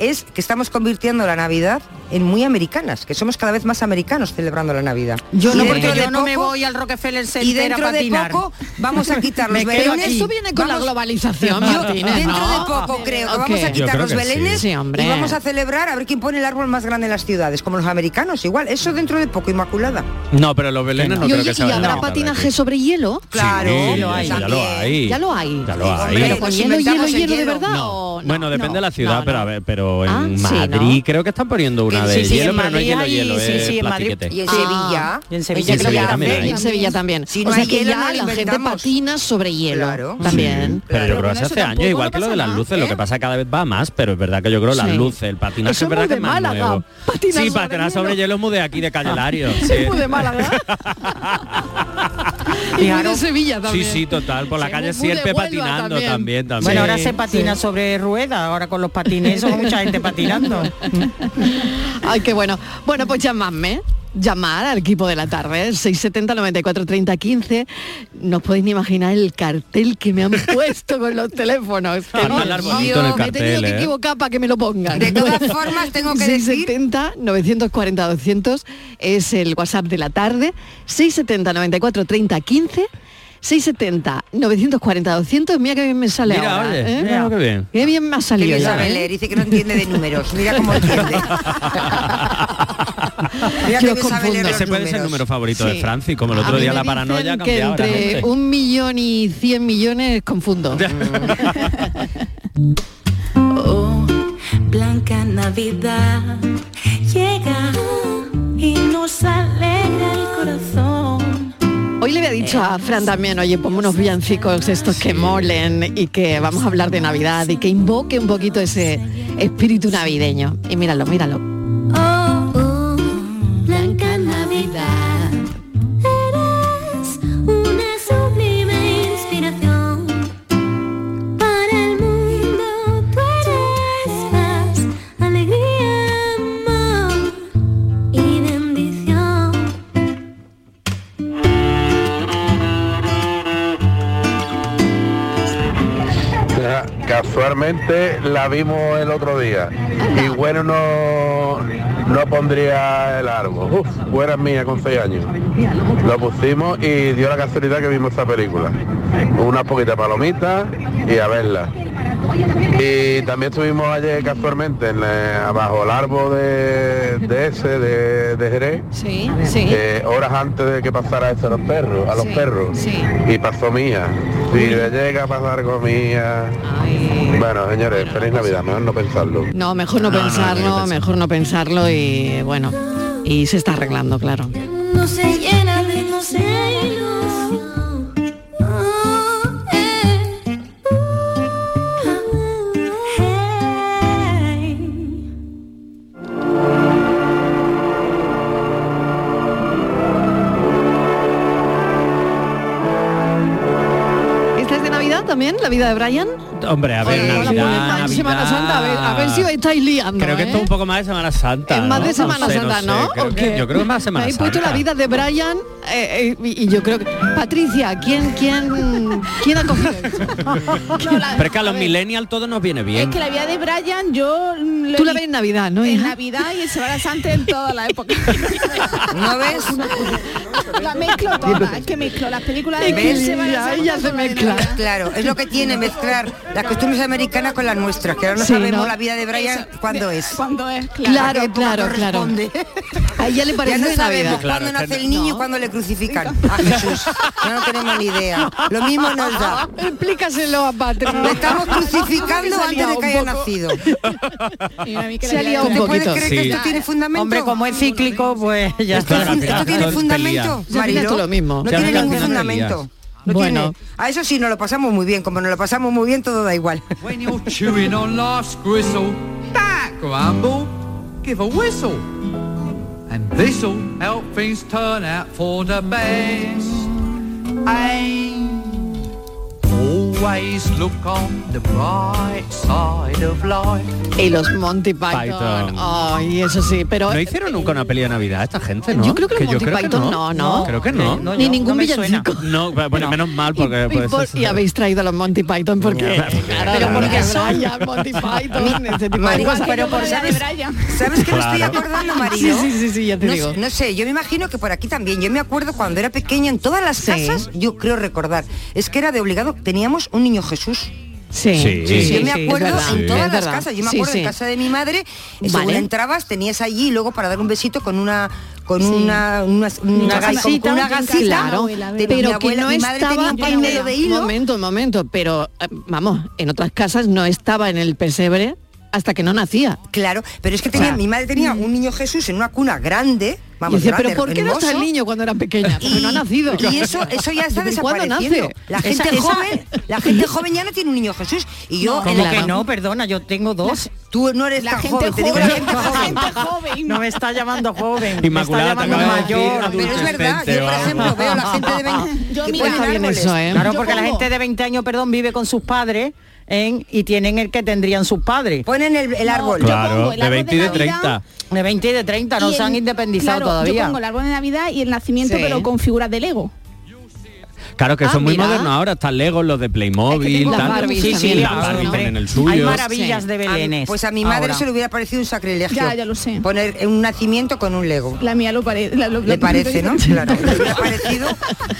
[SPEAKER 9] es que estamos convirtiendo la Navidad en muy americanas, que somos cada vez más americanos celebrando la Navidad.
[SPEAKER 8] Yo no,
[SPEAKER 9] Y dentro
[SPEAKER 8] porque
[SPEAKER 9] de
[SPEAKER 8] yo no me
[SPEAKER 9] poco-
[SPEAKER 8] voy al Rockefeller Center
[SPEAKER 9] y dentro
[SPEAKER 8] a
[SPEAKER 9] de
[SPEAKER 8] patinar.
[SPEAKER 9] poco <laughs> vamos a quitar los
[SPEAKER 8] <laughs> Me quedo
[SPEAKER 9] belenes.
[SPEAKER 8] aquí.
[SPEAKER 6] Eso viene con la globalización,
[SPEAKER 9] <laughs> Yo-
[SPEAKER 6] Martínez,
[SPEAKER 9] dentro
[SPEAKER 6] ¿no?
[SPEAKER 9] de poco creo que
[SPEAKER 6] Ok.
[SPEAKER 9] vamos a
[SPEAKER 6] Yo
[SPEAKER 9] quitar
[SPEAKER 6] creo
[SPEAKER 9] los
[SPEAKER 6] que sí.
[SPEAKER 9] belenes
[SPEAKER 6] Sí, hombre.
[SPEAKER 9] y vamos a celebrar a ver quién pone el árbol más grande en las ciudades, como los americanos, igual. Eso dentro de poco, Inmaculada.
[SPEAKER 7] No, pero los belenes no
[SPEAKER 6] y
[SPEAKER 7] creo
[SPEAKER 6] oye,
[SPEAKER 7] que
[SPEAKER 6] ¿y
[SPEAKER 7] se vayan a
[SPEAKER 6] habrá
[SPEAKER 7] montar
[SPEAKER 6] patinaje
[SPEAKER 7] aquí.
[SPEAKER 6] sobre hielo?
[SPEAKER 7] Sí, ya lo hay.
[SPEAKER 6] Ya lo hay.
[SPEAKER 7] Ya lo hay.
[SPEAKER 6] Pero con
[SPEAKER 7] Nos
[SPEAKER 6] hielo, hielo,
[SPEAKER 9] inventamos el
[SPEAKER 6] hielo de
[SPEAKER 9] hielo.
[SPEAKER 6] verdad.
[SPEAKER 7] No.
[SPEAKER 6] o-
[SPEAKER 7] Bueno, depende de la ciudad, pero a ver, pero en
[SPEAKER 6] Ah, sí,
[SPEAKER 7] Madrid creo que están poniendo una
[SPEAKER 8] Sí,
[SPEAKER 7] de
[SPEAKER 8] sí,
[SPEAKER 7] hielo,
[SPEAKER 8] en
[SPEAKER 7] pero no es
[SPEAKER 8] Madrid
[SPEAKER 7] hielo,
[SPEAKER 8] hay-
[SPEAKER 7] hielo,
[SPEAKER 8] sí,
[SPEAKER 7] es
[SPEAKER 8] sí, en Madrid.
[SPEAKER 7] plastiquete.
[SPEAKER 9] Y en
[SPEAKER 6] Ah.
[SPEAKER 9] Sevilla.
[SPEAKER 8] Y en
[SPEAKER 6] Y
[SPEAKER 8] Sevilla
[SPEAKER 6] en
[SPEAKER 7] creo que
[SPEAKER 6] Sevilla
[SPEAKER 7] ya
[SPEAKER 6] también.
[SPEAKER 7] hay.
[SPEAKER 6] Y en Sevilla también.
[SPEAKER 9] Si
[SPEAKER 6] o
[SPEAKER 9] no
[SPEAKER 6] sea
[SPEAKER 9] hay
[SPEAKER 6] que
[SPEAKER 9] hielo,
[SPEAKER 6] ya
[SPEAKER 9] no lo
[SPEAKER 6] la gente
[SPEAKER 9] inventamos.
[SPEAKER 6] patina sobre hielo.
[SPEAKER 9] Claro.
[SPEAKER 6] También.
[SPEAKER 7] Pero yo creo que
[SPEAKER 6] eso
[SPEAKER 7] hace años, igual que lo de las luces, lo que pasa cada vez va más, pero es verdad que yo creo las
[SPEAKER 6] Sí.
[SPEAKER 7] luces, el patinaje
[SPEAKER 6] Eso
[SPEAKER 7] es
[SPEAKER 6] es
[SPEAKER 7] verdad
[SPEAKER 6] muy de
[SPEAKER 7] que es más
[SPEAKER 6] Málaga,
[SPEAKER 7] nuevo.
[SPEAKER 6] patinar
[SPEAKER 7] sí,
[SPEAKER 6] sobre
[SPEAKER 7] patinar
[SPEAKER 6] hielo.
[SPEAKER 7] sobre hielo es muy de aquí, de Calle Lario. sí.
[SPEAKER 6] Es muy de Málaga. y muy de Sevilla
[SPEAKER 7] Sí,
[SPEAKER 6] también.
[SPEAKER 7] sí, total, por la calle
[SPEAKER 6] muy de
[SPEAKER 7] siempre
[SPEAKER 6] Huelva
[SPEAKER 7] patinando
[SPEAKER 6] también.
[SPEAKER 7] también, también.
[SPEAKER 8] Bueno, ahora se patina sobre ruedas, ahora con los patines, son mucha gente patinando.
[SPEAKER 6] <laughs> Ay, qué bueno. Bueno, pues llamadme. Llamar al equipo de la tarde, 670-94-30-15. No os podéis ni imaginar el cartel que me
[SPEAKER 7] <laughs>
[SPEAKER 6] han puesto con los teléfonos.
[SPEAKER 7] Hay que hablar bonito en el
[SPEAKER 6] me he tenido
[SPEAKER 7] cartel,
[SPEAKER 6] que
[SPEAKER 7] ¿eh?
[SPEAKER 6] equivocar para que me lo pongan.
[SPEAKER 9] De todas formas, tengo que decir-
[SPEAKER 6] 670-940-200 es el WhatsApp de la tarde. 670-94-30-15. 670-940-200. Mira qué bien me sale
[SPEAKER 7] Mira,
[SPEAKER 6] ahora.
[SPEAKER 7] oye,
[SPEAKER 6] ¿eh?
[SPEAKER 7] mira lo que bien.
[SPEAKER 6] Qué bien me ha
[SPEAKER 9] Que
[SPEAKER 6] salido.
[SPEAKER 9] bien
[SPEAKER 6] ya,
[SPEAKER 9] sabe
[SPEAKER 6] ¿eh?
[SPEAKER 9] leer, dice que no entiende de números.
[SPEAKER 8] <laughs>
[SPEAKER 9] Mira cómo entiende. Mira que
[SPEAKER 6] Yo
[SPEAKER 9] bien sabe leer
[SPEAKER 7] Ese
[SPEAKER 9] los
[SPEAKER 7] puede ser
[SPEAKER 9] números.
[SPEAKER 7] el número favorito de
[SPEAKER 6] Sí.
[SPEAKER 7] Franci, como el
[SPEAKER 6] A
[SPEAKER 7] otro
[SPEAKER 6] mí
[SPEAKER 7] día
[SPEAKER 6] me
[SPEAKER 7] la
[SPEAKER 6] dicen
[SPEAKER 7] paranoia ha
[SPEAKER 6] que
[SPEAKER 7] cambiado a la
[SPEAKER 6] entre
[SPEAKER 7] gente.
[SPEAKER 6] un millón y cien millones confundo.
[SPEAKER 15] Oh, Blanca Navidad llega y nos alegra el corazón.
[SPEAKER 6] Hoy le había dicho a Fran también, oye, ponme unos villancicos estos que molen y que vamos a hablar de Navidad y que invoque un poquito ese espíritu navideño. Y míralo, míralo.
[SPEAKER 15] Oh, oh, Blanca Navidad, eres una sublime inspiración para el mundo. Tú eres paz, alegría, amor y bendición.
[SPEAKER 16] La naranja. Casualmente la vimos el otro día. Y bueno, no, no pondría el árbol. Uf, buena mía con seis años. Lo pusimos y dio la casualidad que vimos esa película. Una poquita palomita y a verla. Y también estuvimos ayer casualmente en, eh, abajo el árbol de, de ese, de, de Jerez,
[SPEAKER 6] Sí, sí.
[SPEAKER 16] eh, horas antes de que pasara eso a los perros, a los
[SPEAKER 6] Sí,
[SPEAKER 16] perros.
[SPEAKER 6] sí.
[SPEAKER 16] Y pasó mía. Si le llega a pasar con mía. Bueno, señores, feliz Navidad, mejor no pensarlo.
[SPEAKER 6] No, mejor no,
[SPEAKER 16] No, no, no hay que
[SPEAKER 6] pensarlo, mejor no pensarlo y bueno, y se está arreglando, claro.
[SPEAKER 15] No se llena de no sé ilusión. Oh, eh. Uh, hey.
[SPEAKER 6] ¿Esta es de Navidad también? ¿La vida de Brian?
[SPEAKER 7] Hombre, a ver,
[SPEAKER 6] Oye, la
[SPEAKER 7] Navidad,
[SPEAKER 6] puerta en Semana
[SPEAKER 7] Navidad.
[SPEAKER 6] Santa, a ver, a ver si os estáis liando.
[SPEAKER 7] Creo que
[SPEAKER 6] ¿eh?
[SPEAKER 7] esto es un poco más de Semana Santa.
[SPEAKER 6] Es más de
[SPEAKER 7] Ah, ¿no?
[SPEAKER 6] Semana
[SPEAKER 7] No sé, no
[SPEAKER 6] Santa,
[SPEAKER 7] sé,
[SPEAKER 6] ¿no?
[SPEAKER 7] creo
[SPEAKER 6] ¿O
[SPEAKER 7] que-
[SPEAKER 6] qué?
[SPEAKER 7] Yo creo que es más Semana
[SPEAKER 6] Me habéis
[SPEAKER 7] Santa.
[SPEAKER 6] puesto la vida de Brian eh, eh, y y yo creo que... Patricia, ¿quién, quién, quién ha cogido esto?
[SPEAKER 9] <laughs>
[SPEAKER 7] Pero es que a los millennials todo nos viene bien.
[SPEAKER 12] Es que la vida de Brian, yo...
[SPEAKER 6] Tú la ves en Navidad, ¿no,
[SPEAKER 12] En
[SPEAKER 6] hija?
[SPEAKER 12] Navidad y en Semana Santa en toda la
[SPEAKER 6] <laughs>
[SPEAKER 12] época.
[SPEAKER 9] ¿No ves?
[SPEAKER 12] La mezclo toda, es que mezclo las películas de
[SPEAKER 9] ¿Ves?
[SPEAKER 12] Semana Santa con la de Navidad.
[SPEAKER 9] Claro, es lo que tiene mezclar las costumbres americanas con las nuestras, que ahora no
[SPEAKER 6] Sí,
[SPEAKER 9] sabemos
[SPEAKER 6] ¿no?
[SPEAKER 9] la vida de Brian
[SPEAKER 12] Eso, <laughs>
[SPEAKER 9] cuándo es.
[SPEAKER 12] Cuándo es,
[SPEAKER 6] Claro, claro, claro. <laughs> A ella le
[SPEAKER 9] ya
[SPEAKER 6] parece
[SPEAKER 9] no
[SPEAKER 6] de
[SPEAKER 9] sabemos
[SPEAKER 6] Navidad.
[SPEAKER 9] cuándo nace el niño y cuándo le crucifican a Jesús. Ya no tenemos ni idea. Lo mismo nos
[SPEAKER 6] <laughs>
[SPEAKER 9] da.
[SPEAKER 6] Explícaselo a Patrick.
[SPEAKER 9] Lo estamos crucificando
[SPEAKER 6] Se ha
[SPEAKER 9] antes
[SPEAKER 6] liado
[SPEAKER 9] de
[SPEAKER 6] un
[SPEAKER 9] que haya
[SPEAKER 6] poco. <laughs>
[SPEAKER 9] nacido.
[SPEAKER 6] que Se la ha liado vida un
[SPEAKER 9] ¿Te puedes
[SPEAKER 6] poquito.
[SPEAKER 9] creer que
[SPEAKER 6] Sí.
[SPEAKER 9] esto tiene fundamento?
[SPEAKER 8] Hombre, como es cíclico, pues ya
[SPEAKER 9] ¿Esto,
[SPEAKER 8] está.
[SPEAKER 9] fun- esto tiene fundamento,
[SPEAKER 8] Yo opino
[SPEAKER 9] Mariló?
[SPEAKER 8] esto lo mismo.
[SPEAKER 9] No
[SPEAKER 8] Ya
[SPEAKER 9] tiene
[SPEAKER 8] al
[SPEAKER 9] ningún
[SPEAKER 8] final te lías.
[SPEAKER 9] fundamento. No
[SPEAKER 8] Bueno.
[SPEAKER 9] tiene. A eso sí, nos lo pasamos muy bien. Como nos lo pasamos muy bien, todo da igual.
[SPEAKER 17] chewing on life's gristle. Back, grumble, give a whistle. And this'll help things turn out for the best. And always look on the bright side of life.
[SPEAKER 6] Y los Monty Python.
[SPEAKER 7] Python.
[SPEAKER 6] Ay, eso sí, pero
[SPEAKER 7] No hicieron nunca una peli de Navidad esta gente, ¿no?
[SPEAKER 6] Eh, Yo creo que los Monty Python no, no.
[SPEAKER 7] Creo que no.
[SPEAKER 6] No, Ni no, ningún no me suena. villancico.
[SPEAKER 7] No, bueno, menos mal porque pues,
[SPEAKER 6] y,
[SPEAKER 7] puede
[SPEAKER 6] por-
[SPEAKER 7] ser-
[SPEAKER 6] y habéis traído a los Monty Python porque <laughs> claro,
[SPEAKER 7] Pero
[SPEAKER 6] porque
[SPEAKER 7] porque
[SPEAKER 6] son
[SPEAKER 7] son-
[SPEAKER 6] ya Monty
[SPEAKER 7] <laughs>
[SPEAKER 6] Python, este tipo de
[SPEAKER 9] Marico,
[SPEAKER 6] cosas.
[SPEAKER 9] pero por- ¿sabes? ¿Sabes que me estoy
[SPEAKER 6] Claro.
[SPEAKER 9] acordando, Mariló?
[SPEAKER 6] Sí, sí, sí, sí, ya te
[SPEAKER 9] no,
[SPEAKER 6] digo.
[SPEAKER 9] sé- No sé, yo me imagino que por aquí también. Yo me acuerdo cuando era pequeña en todas las casas, yo creo recordar. Es que era de obligado, teníamos un niño Jesús.
[SPEAKER 6] Sí, sí, sí,
[SPEAKER 9] yo me
[SPEAKER 6] sí, es
[SPEAKER 9] acuerdo
[SPEAKER 6] verdad.
[SPEAKER 9] en todas
[SPEAKER 6] Es
[SPEAKER 9] las
[SPEAKER 6] verdad.
[SPEAKER 9] casas. Yo me
[SPEAKER 6] Sí,
[SPEAKER 9] acuerdo
[SPEAKER 6] sí.
[SPEAKER 9] en casa de mi madre, eh, según
[SPEAKER 6] Vale.
[SPEAKER 9] entrabas, tenías allí y luego para dar un besito con una con una, una,
[SPEAKER 6] Una
[SPEAKER 9] con
[SPEAKER 6] gasita,
[SPEAKER 9] una gasita.
[SPEAKER 6] claro,
[SPEAKER 9] Tenía mi
[SPEAKER 6] pero que
[SPEAKER 9] abuela-
[SPEAKER 6] no
[SPEAKER 9] mi madre tenía
[SPEAKER 6] estaba
[SPEAKER 9] un pañuelo de
[SPEAKER 6] el
[SPEAKER 9] hilo.
[SPEAKER 6] momento, un momento, pero eh, vamos, en otras casas no estaba en el pesebre hasta que no nacía.
[SPEAKER 9] Claro, pero es que tenía, mi madre tenía un niño Jesús en una cuna grande. Vamos,
[SPEAKER 6] dice,
[SPEAKER 9] grande,
[SPEAKER 6] pero ¿por qué no está el
[SPEAKER 9] hermoso.
[SPEAKER 6] niño cuando era pequeña? Porque no ha nacido.
[SPEAKER 9] Y eso, eso ya está
[SPEAKER 6] ¿Y cuándo
[SPEAKER 9] desapareciendo.
[SPEAKER 6] nace?
[SPEAKER 9] La gente
[SPEAKER 8] Esa- esa-
[SPEAKER 9] joven, la gente joven ya no tiene un niño Jesús. Y yo
[SPEAKER 8] ¿Cómo que no? Perdona, yo tengo dos.
[SPEAKER 9] Tú no eres tan joven, te digo la gente joven.
[SPEAKER 8] No me está llamando joven.
[SPEAKER 7] Inmaculada,
[SPEAKER 8] me
[SPEAKER 7] te
[SPEAKER 8] está llamando
[SPEAKER 7] acabas de decir
[SPEAKER 8] mayor.
[SPEAKER 7] adulto Pero es verdad, yo, por ejemplo,
[SPEAKER 9] adolescente, veo a la gente de veinte- Yo que mira, ponen
[SPEAKER 6] bien árboles. eso, ¿eh?
[SPEAKER 8] Claro,
[SPEAKER 6] Yo
[SPEAKER 8] porque la
[SPEAKER 6] pongo-
[SPEAKER 8] gente de 20 años, perdón, vive con sus padres en- y tienen el que tendrían sus padres.
[SPEAKER 9] Ponen el, árbol.
[SPEAKER 7] Claro, de 20 y de 30.
[SPEAKER 8] De 20 y de 30, no
[SPEAKER 12] Y
[SPEAKER 8] se han
[SPEAKER 12] el-
[SPEAKER 8] independizado
[SPEAKER 12] claro, Yo
[SPEAKER 8] todavía.
[SPEAKER 12] pongo el árbol de Navidad y el nacimiento,
[SPEAKER 8] Sí.
[SPEAKER 12] pero con figuras de Lego.
[SPEAKER 7] Claro que
[SPEAKER 12] Ah,
[SPEAKER 7] son muy
[SPEAKER 12] mira.
[SPEAKER 7] modernos ahora, están Lego, los de
[SPEAKER 8] Es que
[SPEAKER 7] Playmobil,
[SPEAKER 8] tengo
[SPEAKER 7] tal.
[SPEAKER 8] las Barbies
[SPEAKER 7] sí, sí,
[SPEAKER 8] también,
[SPEAKER 7] las
[SPEAKER 8] ¿no?
[SPEAKER 7] Barbies
[SPEAKER 8] Hombre,
[SPEAKER 7] en el suyo.
[SPEAKER 8] hay maravillas de
[SPEAKER 9] A mí-
[SPEAKER 8] Belenes.
[SPEAKER 9] Pues a mi madre
[SPEAKER 8] ahora.
[SPEAKER 9] se le hubiera parecido un sacrilegio.
[SPEAKER 12] Ya, ya lo sé.
[SPEAKER 9] Poner un nacimiento con un Lego.
[SPEAKER 12] La mía lo parece.
[SPEAKER 9] Le parece, ¿no? Claro. Le hubiera parecido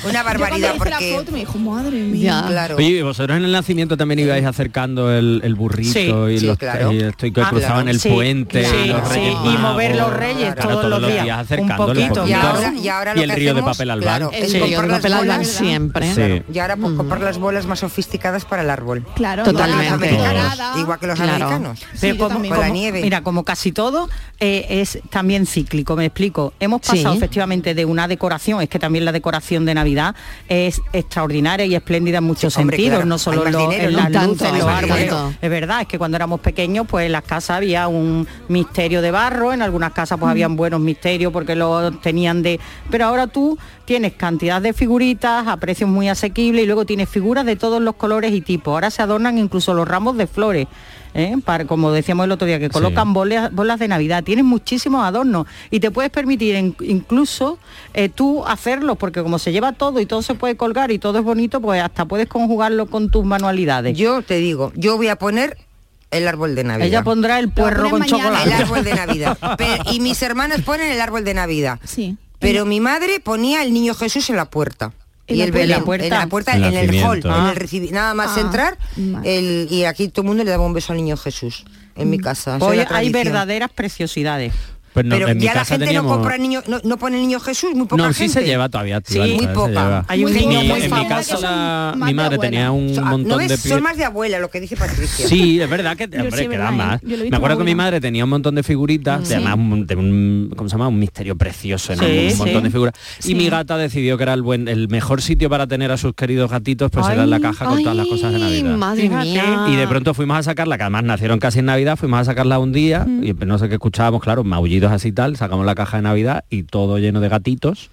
[SPEAKER 9] una
[SPEAKER 12] Yo cuando
[SPEAKER 9] barbaridad
[SPEAKER 12] hice
[SPEAKER 9] porque.
[SPEAKER 12] la foto me dijo, madre mía.
[SPEAKER 9] Claro.
[SPEAKER 7] Oye, ¿y vosotros en el nacimiento también ibais acercando el, el burrito
[SPEAKER 9] Sí,
[SPEAKER 7] y
[SPEAKER 9] sí,
[SPEAKER 7] los
[SPEAKER 9] claro.
[SPEAKER 7] y estoy que
[SPEAKER 9] Ah,
[SPEAKER 7] cruzaban
[SPEAKER 9] claro.
[SPEAKER 7] el
[SPEAKER 9] Sí,
[SPEAKER 7] puente y
[SPEAKER 9] sí,
[SPEAKER 7] los
[SPEAKER 9] sí,
[SPEAKER 7] reyes
[SPEAKER 9] y
[SPEAKER 7] magos.
[SPEAKER 9] mover los reyes
[SPEAKER 7] Ah, Claro,
[SPEAKER 9] todos los días, un
[SPEAKER 7] acercándolo,
[SPEAKER 9] poquito. Y ahora- y ahora lo
[SPEAKER 7] el
[SPEAKER 9] que
[SPEAKER 7] río de
[SPEAKER 9] hacemos,
[SPEAKER 7] papel al
[SPEAKER 9] claro, es
[SPEAKER 6] El río de
[SPEAKER 9] comprar las
[SPEAKER 6] papel al
[SPEAKER 9] bolas,
[SPEAKER 6] bar
[SPEAKER 9] ¿verdad?
[SPEAKER 6] siempre.
[SPEAKER 9] Claro. Y ahora pues comprar las bolas más sofisticadas para el árbol.
[SPEAKER 12] Claro,
[SPEAKER 8] Totalmente.
[SPEAKER 9] Igual que los americanos,
[SPEAKER 8] Todos.
[SPEAKER 9] Igual que los
[SPEAKER 8] Claro.
[SPEAKER 9] americanos.
[SPEAKER 8] Pero como,
[SPEAKER 9] con la
[SPEAKER 8] como-
[SPEAKER 9] nieve.
[SPEAKER 8] Mira, como casi todo eh, es también cíclico, me explico. Hemos pasado
[SPEAKER 9] Sí.
[SPEAKER 8] efectivamente de una decoración, es que también la decoración de Navidad es extraordinaria y espléndida en muchos
[SPEAKER 9] Sí, hombre,
[SPEAKER 8] sentidos,
[SPEAKER 9] claro.
[SPEAKER 8] no solo
[SPEAKER 9] Hay más
[SPEAKER 8] en los-
[SPEAKER 9] dinero,
[SPEAKER 8] en
[SPEAKER 9] ¿no?
[SPEAKER 8] las
[SPEAKER 9] Tanto,
[SPEAKER 8] luces, en
[SPEAKER 9] hay
[SPEAKER 8] los
[SPEAKER 9] más
[SPEAKER 8] árboles.
[SPEAKER 9] dinero.
[SPEAKER 8] Es verdad, es que cuando éramos pequeños, pues en las casas había un misterio de barro, en algunas casas pues habían buenos misterios porque lo tenían de... Pero ahora tú tienes cantidad de figuritas a precios muy asequibles y luego tienes figuras de todos los colores y tipos. Ahora se adornan incluso los ramos de flores. ¿eh? Para, como decíamos el otro día, que colocan bolas, bolas de Navidad, tienes muchísimos adornos y te puedes permitir en- incluso eh, tú hacerlos, porque como se lleva todo y todo se puede colgar y todo es bonito, pues hasta puedes conjugarlo con tus manualidades.
[SPEAKER 9] Yo te digo, yo voy a poner el árbol de Navidad.
[SPEAKER 8] Ella pondrá el puerro con chocolate.
[SPEAKER 9] El árbol
[SPEAKER 8] <laughs>
[SPEAKER 9] de Navidad. Pero- y mis hermanas ponen el árbol de Navidad.
[SPEAKER 18] Sí.
[SPEAKER 9] Pero mi madre ponía el niño Jesús en la puerta.
[SPEAKER 8] ¿En
[SPEAKER 9] Y
[SPEAKER 8] la
[SPEAKER 9] el
[SPEAKER 8] puerta?
[SPEAKER 9] Belén,
[SPEAKER 8] ¿En la puerta?
[SPEAKER 9] en la puerta,
[SPEAKER 8] El
[SPEAKER 9] en el hall,
[SPEAKER 8] nacimiento.
[SPEAKER 9] en
[SPEAKER 8] Ah.
[SPEAKER 9] el recibi- nada más
[SPEAKER 8] Ah,
[SPEAKER 9] entrar,
[SPEAKER 8] vale.
[SPEAKER 9] el- y aquí todo el mundo le daba un beso al niño Jesús, en mi casa. esa
[SPEAKER 8] Hoy
[SPEAKER 9] es la
[SPEAKER 8] hay
[SPEAKER 9] tradición.
[SPEAKER 8] verdaderas preciosidades.
[SPEAKER 7] Pues no,
[SPEAKER 9] Pero
[SPEAKER 7] en mi
[SPEAKER 9] ya la
[SPEAKER 7] casa
[SPEAKER 9] gente
[SPEAKER 7] teníamos-
[SPEAKER 9] no compra niño, no, no pone el niño Jesús, muy poca
[SPEAKER 7] No,
[SPEAKER 9] gente.
[SPEAKER 7] sí se lleva todavía.
[SPEAKER 9] Sí,
[SPEAKER 7] Iván,
[SPEAKER 9] muy
[SPEAKER 7] se
[SPEAKER 9] poca.
[SPEAKER 7] lleva.
[SPEAKER 9] Hay un
[SPEAKER 7] Mi-
[SPEAKER 9] niño muy
[SPEAKER 7] en mi
[SPEAKER 9] famoso
[SPEAKER 7] casa
[SPEAKER 9] que
[SPEAKER 7] la- mi madre tenía un
[SPEAKER 9] Ah,
[SPEAKER 7] montón
[SPEAKER 9] no
[SPEAKER 7] de
[SPEAKER 9] ves,
[SPEAKER 7] pie-
[SPEAKER 9] son más de abuela lo que dice Patricia.
[SPEAKER 7] Sí, es verdad que
[SPEAKER 9] Yo
[SPEAKER 7] hombre,
[SPEAKER 9] sí, es
[SPEAKER 7] que
[SPEAKER 9] verdad,
[SPEAKER 7] da
[SPEAKER 9] ¿eh?
[SPEAKER 7] más.
[SPEAKER 9] Yo lo he
[SPEAKER 7] Me
[SPEAKER 9] visto
[SPEAKER 7] acuerdo
[SPEAKER 9] muy
[SPEAKER 7] que mi madre tenía un montón de figuritas,
[SPEAKER 9] Sí.
[SPEAKER 7] de además un, de un- ¿cómo se llama? Un misterio precioso en
[SPEAKER 19] Sí,
[SPEAKER 7] un
[SPEAKER 19] sí.
[SPEAKER 7] montón de figuras. Y
[SPEAKER 19] Sí.
[SPEAKER 7] mi gata decidió que era el buen el mejor sitio para tener a sus queridos gatitos, pues era en la caja con todas las cosas de
[SPEAKER 6] Ay,
[SPEAKER 7] Navidad.
[SPEAKER 6] madre mía.
[SPEAKER 7] Y de pronto fuimos a sacarla, que además nacieron casi en Navidad, fuimos a sacarla un día y pues, no sé qué escuchábamos, claro, maullidos así tal, sacamos la caja de Navidad y todo lleno de gatitos.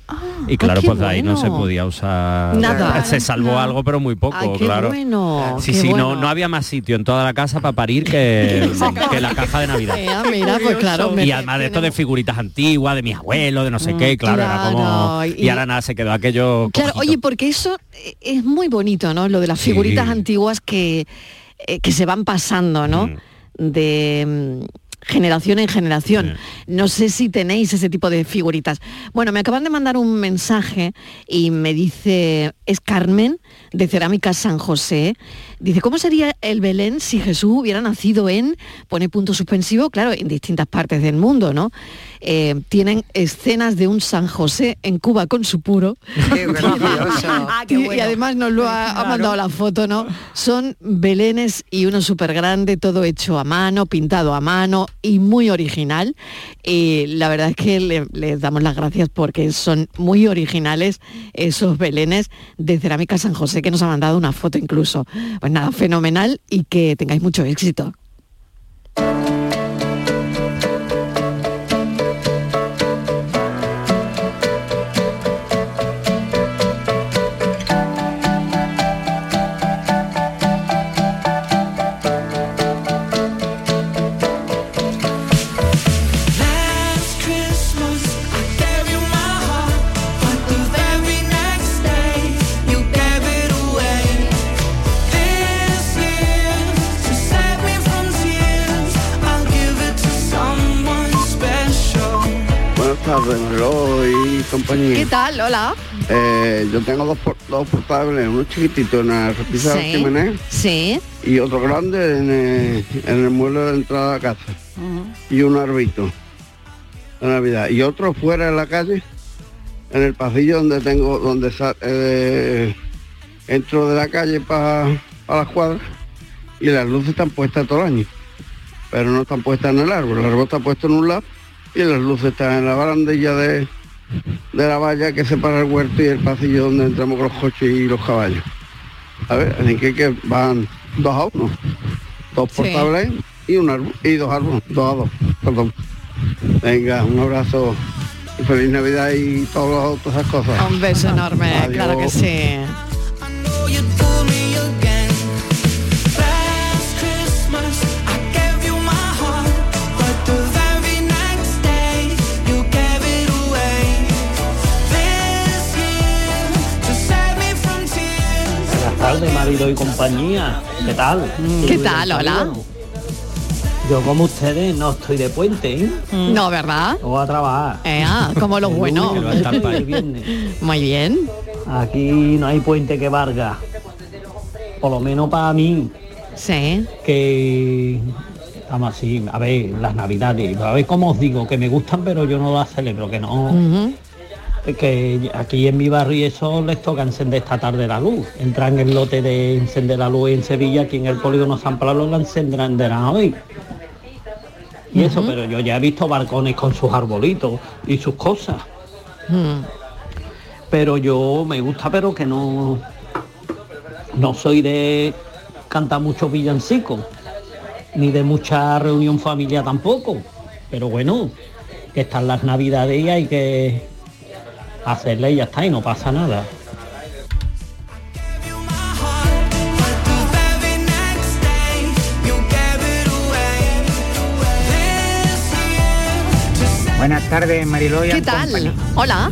[SPEAKER 7] y claro,
[SPEAKER 6] qué
[SPEAKER 7] pues de ahí no se
[SPEAKER 6] bueno.
[SPEAKER 7] podía usar.
[SPEAKER 6] Nada.
[SPEAKER 7] Se salvó algo, pero muy poco,
[SPEAKER 6] Ay, qué
[SPEAKER 7] claro.
[SPEAKER 6] bueno,
[SPEAKER 7] Sí,
[SPEAKER 6] Oh, qué
[SPEAKER 7] sí,
[SPEAKER 6] bueno.
[SPEAKER 7] no, no había más sitio en toda la casa para parir que, que la caja de Navidad.
[SPEAKER 6] Mira, mira, pues claro, hombre.
[SPEAKER 7] y además de esto de figuritas antiguas, de mis abuelos, de no sé qué, claro, era como.
[SPEAKER 6] Claro,
[SPEAKER 7] Y,
[SPEAKER 6] y-
[SPEAKER 7] ahora nada, se quedó aquello.
[SPEAKER 6] Claro, oye, porque eso eh, es muy bonito, ¿no? Lo de las
[SPEAKER 7] Sí.
[SPEAKER 6] figuritas antiguas que, eh, que se van pasando, ¿no? De mm, generación en generación. No sé si tenéis ese tipo de figuritas. Bueno, me acaban de mandar un mensaje y me dice, es Carmen de Cerámica San José. Dice, ¿cómo sería el Belén si Jesús hubiera nacido en, pone punto suspensivo, claro, en distintas partes del mundo, ¿no? Eh, tienen escenas de un San José en Cuba con su puro. Y- <laughs> Y además nos lo ha, ha mandado la foto, ¿no? Son belenes y uno súper grande, todo hecho a mano, pintado a mano y muy original. Y la verdad es que le- les damos las gracias porque son muy originales esos belenes de Cerámica San José que nos ha mandado una foto incluso. Pues nada, fenomenal y que tengáis mucho éxito.
[SPEAKER 4] Last Christmas, I gave you my heart, but the very next day you gave it away. This is to save me from tears. I'll give it to someone special.
[SPEAKER 20] Buenas tardes, reloj y compañía.
[SPEAKER 6] ¿Qué tal? Hola.
[SPEAKER 20] Eh, yo tengo dos, por- dos portables, uno chiquitito en la repisa de la chimenea
[SPEAKER 6] Sí.
[SPEAKER 20] y otro grande en el, en el mueble de entrada a casa. Y un arbito de Navidad. Y otro fuera en la calle, en el pasillo donde tengo, donde sa- eh, entro de la calle para las cuadras y las luces están puestas todo el año. Pero no están puestas en el árbol, el árbol está puesto en un lado y las luces están en la barandilla de, de la valla que separa el huerto y el pasillo donde entramos con los coches y los caballos. A ver, así que, que van dos a uno. Dos portables y un árbol, y dos árboles, dos a dos, perdón. Venga, un abrazo y feliz Navidad y todas las- todas esas cosas.
[SPEAKER 6] Un beso enorme, claro que sí.
[SPEAKER 4] Oh, you do me again. Last Christmas, I gave you my heart, but the very next day you gave it away. This year to save me from tears.
[SPEAKER 21] Buenas tardes, marido y compañía. ¿Qué tal?
[SPEAKER 6] Mm. ¿Qué tal? Hola.
[SPEAKER 21] Yo como ustedes no estoy de puente, ¿eh?
[SPEAKER 6] No, ¿verdad?
[SPEAKER 21] Voy a trabajar.
[SPEAKER 6] Eh, ah, como los
[SPEAKER 21] El
[SPEAKER 6] buenos.
[SPEAKER 21] lunes, el miércoles y el viernes.
[SPEAKER 6] Muy bien.
[SPEAKER 21] Aquí no hay puente que valga. Por lo menos para mí.
[SPEAKER 6] Sí.
[SPEAKER 21] Que estamos así. A ver, las navidades. A ver cómo os digo, que me gustan, pero yo no las celebro, que no. que aquí en mi barrio eso les toca encender esta tarde la luz. Entran en el lote de encender la luz en Sevilla, aquí en el polígono San Pablo la encenderán de la hoy. Y eso, pero yo ya he visto balcones con sus arbolitos y sus cosas. Pero yo me gusta, pero que no no soy de cantar mucho villancico, ni de mucha reunión familiar tampoco. Pero bueno, que están las navidades y hay que
[SPEAKER 22] hacerla y ya está, y no pasa nada.
[SPEAKER 23] Buenas tardes, Mariló y
[SPEAKER 6] ¿Qué
[SPEAKER 23] and
[SPEAKER 6] tal?
[SPEAKER 23] company.
[SPEAKER 6] Hola.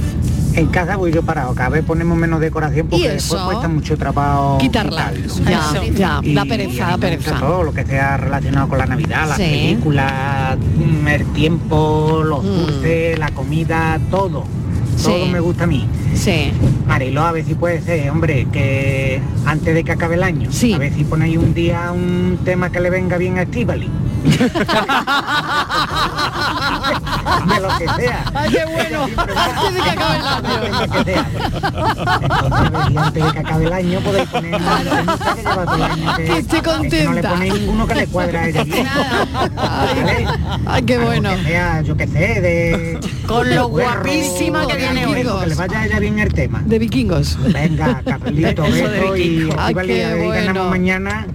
[SPEAKER 23] En casa voy yo parado, cada vez ponemos menos decoración porque
[SPEAKER 6] ¿Y
[SPEAKER 23] después
[SPEAKER 6] eso?
[SPEAKER 23] cuesta mucho trabajo
[SPEAKER 6] Quitarla.
[SPEAKER 23] quitarlo.
[SPEAKER 6] Ya,
[SPEAKER 23] Eso.
[SPEAKER 6] ya,
[SPEAKER 23] Y
[SPEAKER 6] da pereza,
[SPEAKER 23] a mí
[SPEAKER 6] da
[SPEAKER 23] me
[SPEAKER 6] pereza.
[SPEAKER 23] gusta Todo lo que sea relacionado con la Navidad, las
[SPEAKER 6] Sí.
[SPEAKER 23] películas, mm, el tiempo, los dulces, la comida, todo. Todo
[SPEAKER 6] Mm. Sí.
[SPEAKER 23] me gusta a mí.
[SPEAKER 6] Sí.
[SPEAKER 23] Mariló, a ver si puede ser, hombre, que antes de que acabe el año, a ver si ponéis un día un tema que le venga bien
[SPEAKER 6] <laughs>
[SPEAKER 23] a Estivali. de lo que sea.
[SPEAKER 6] ¡Ay, qué
[SPEAKER 23] <laughs>
[SPEAKER 6] bueno! Antes de que acabe el año.
[SPEAKER 23] Y antes de que acabe el año
[SPEAKER 6] <laughs>
[SPEAKER 23] podéis poner una que lleva todo el año, que-
[SPEAKER 6] Que esté
[SPEAKER 23] que no le
[SPEAKER 6] contenta.
[SPEAKER 23] ponéis ninguno que le cuadra a ella bien. ¿Vale?
[SPEAKER 6] Ay, qué
[SPEAKER 23] Algo
[SPEAKER 6] bueno.
[SPEAKER 23] que sea, yo qué sé, de...
[SPEAKER 6] Con lo
[SPEAKER 23] de puerro,
[SPEAKER 6] guapísima que
[SPEAKER 23] de
[SPEAKER 6] viene hoy.
[SPEAKER 23] puerro, Que le vaya a ella bien el tema.
[SPEAKER 6] De vikingos.
[SPEAKER 23] Venga, Carlito,
[SPEAKER 6] Eso de
[SPEAKER 23] Beto y
[SPEAKER 6] vikingos. Ay,
[SPEAKER 23] Estíbaliz,
[SPEAKER 6] qué
[SPEAKER 23] ahí ganamos
[SPEAKER 6] bueno.
[SPEAKER 23] mañana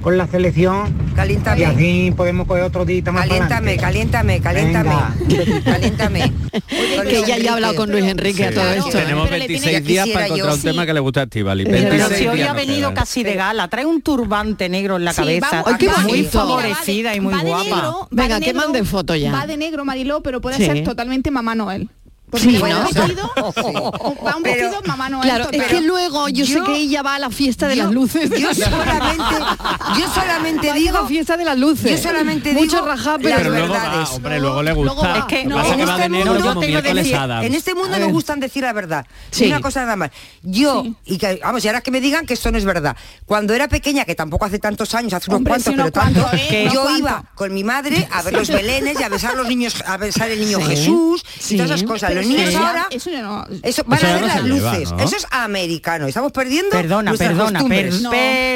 [SPEAKER 23] con la selección. Y así podemos coger otro día más
[SPEAKER 9] Caliéntame, caliéntame, caliéntame.
[SPEAKER 12] <laughs>
[SPEAKER 6] Que ella ya ha hablado con Luis Enrique a todo
[SPEAKER 7] Sí,
[SPEAKER 9] ¿eh?
[SPEAKER 6] esto.
[SPEAKER 7] Tenemos 26 días para encontrar un tema que le gusta a Estivali.
[SPEAKER 8] Pero si hoy ha
[SPEAKER 7] días nos
[SPEAKER 8] venido
[SPEAKER 7] quedan.
[SPEAKER 8] casi de gala, trae un turbante negro en la
[SPEAKER 12] Sí,
[SPEAKER 8] cabeza,
[SPEAKER 12] vamos, Ay, qué
[SPEAKER 8] muy
[SPEAKER 12] bonito.
[SPEAKER 8] favorecida y muy
[SPEAKER 12] Va de
[SPEAKER 8] guapa.
[SPEAKER 12] negro,
[SPEAKER 6] Venga,
[SPEAKER 12] va de
[SPEAKER 6] que
[SPEAKER 12] negro,
[SPEAKER 6] manden foto ya.
[SPEAKER 12] Va de negro, Mariló, pero puede
[SPEAKER 6] Sí.
[SPEAKER 12] ser totalmente Mamá Noel.
[SPEAKER 6] Sí,
[SPEAKER 12] va
[SPEAKER 6] ¿no?
[SPEAKER 12] un vestido, va un vestido Mamá Noel.
[SPEAKER 6] Claro, es
[SPEAKER 12] total.
[SPEAKER 6] que luego Oh, yo, sé
[SPEAKER 12] Yo-
[SPEAKER 6] que ella va a la fiesta de las luces. <laughs>
[SPEAKER 9] yo solamente- yo solamente
[SPEAKER 6] Va a la fiesta de las luces.
[SPEAKER 9] yo solamente
[SPEAKER 6] Mucho
[SPEAKER 9] digo
[SPEAKER 6] rajape.
[SPEAKER 9] las
[SPEAKER 7] Pero luego va,
[SPEAKER 9] verdades.
[SPEAKER 7] hombre, luego le
[SPEAKER 9] Luego
[SPEAKER 7] gusta.
[SPEAKER 9] va. este
[SPEAKER 7] Lo que pasa que va de negro como miércoles
[SPEAKER 9] decir-
[SPEAKER 7] Adams.
[SPEAKER 9] en este mundo
[SPEAKER 7] A
[SPEAKER 9] nos
[SPEAKER 7] ver.
[SPEAKER 9] gustan decir la verdad.
[SPEAKER 7] Sí.
[SPEAKER 9] Una cosa nada más. Yo, y que, vamos, y ahora que me digan que esto no es verdad. Cuando era pequeña, que tampoco hace tantos años, hace unos
[SPEAKER 12] Hombre,
[SPEAKER 9] cuantos,
[SPEAKER 12] sí, unos
[SPEAKER 9] pero tanto,
[SPEAKER 12] cuantos, ¿eh?
[SPEAKER 9] yo
[SPEAKER 12] Unos
[SPEAKER 9] iba
[SPEAKER 12] cuantos.
[SPEAKER 9] con mi madre a ver
[SPEAKER 12] Sí.
[SPEAKER 9] los belenes y a besar los niños, a besar el niño
[SPEAKER 12] Sí.
[SPEAKER 9] Jesús
[SPEAKER 12] Sí.
[SPEAKER 9] y todas esas cosas.
[SPEAKER 12] Pero
[SPEAKER 9] Los
[SPEAKER 12] eso
[SPEAKER 9] niños
[SPEAKER 12] ya-
[SPEAKER 9] ahora
[SPEAKER 12] Eso ya no.
[SPEAKER 9] eso, van
[SPEAKER 12] Eso
[SPEAKER 9] a
[SPEAKER 12] ya
[SPEAKER 9] ver
[SPEAKER 12] no
[SPEAKER 9] las
[SPEAKER 12] se lleva,
[SPEAKER 9] luces.
[SPEAKER 12] ¿no?
[SPEAKER 9] Eso es americano. Estamos perdiendo.
[SPEAKER 8] Perdona,
[SPEAKER 9] nuestras
[SPEAKER 8] perdona,
[SPEAKER 9] costumbres.
[SPEAKER 8] per-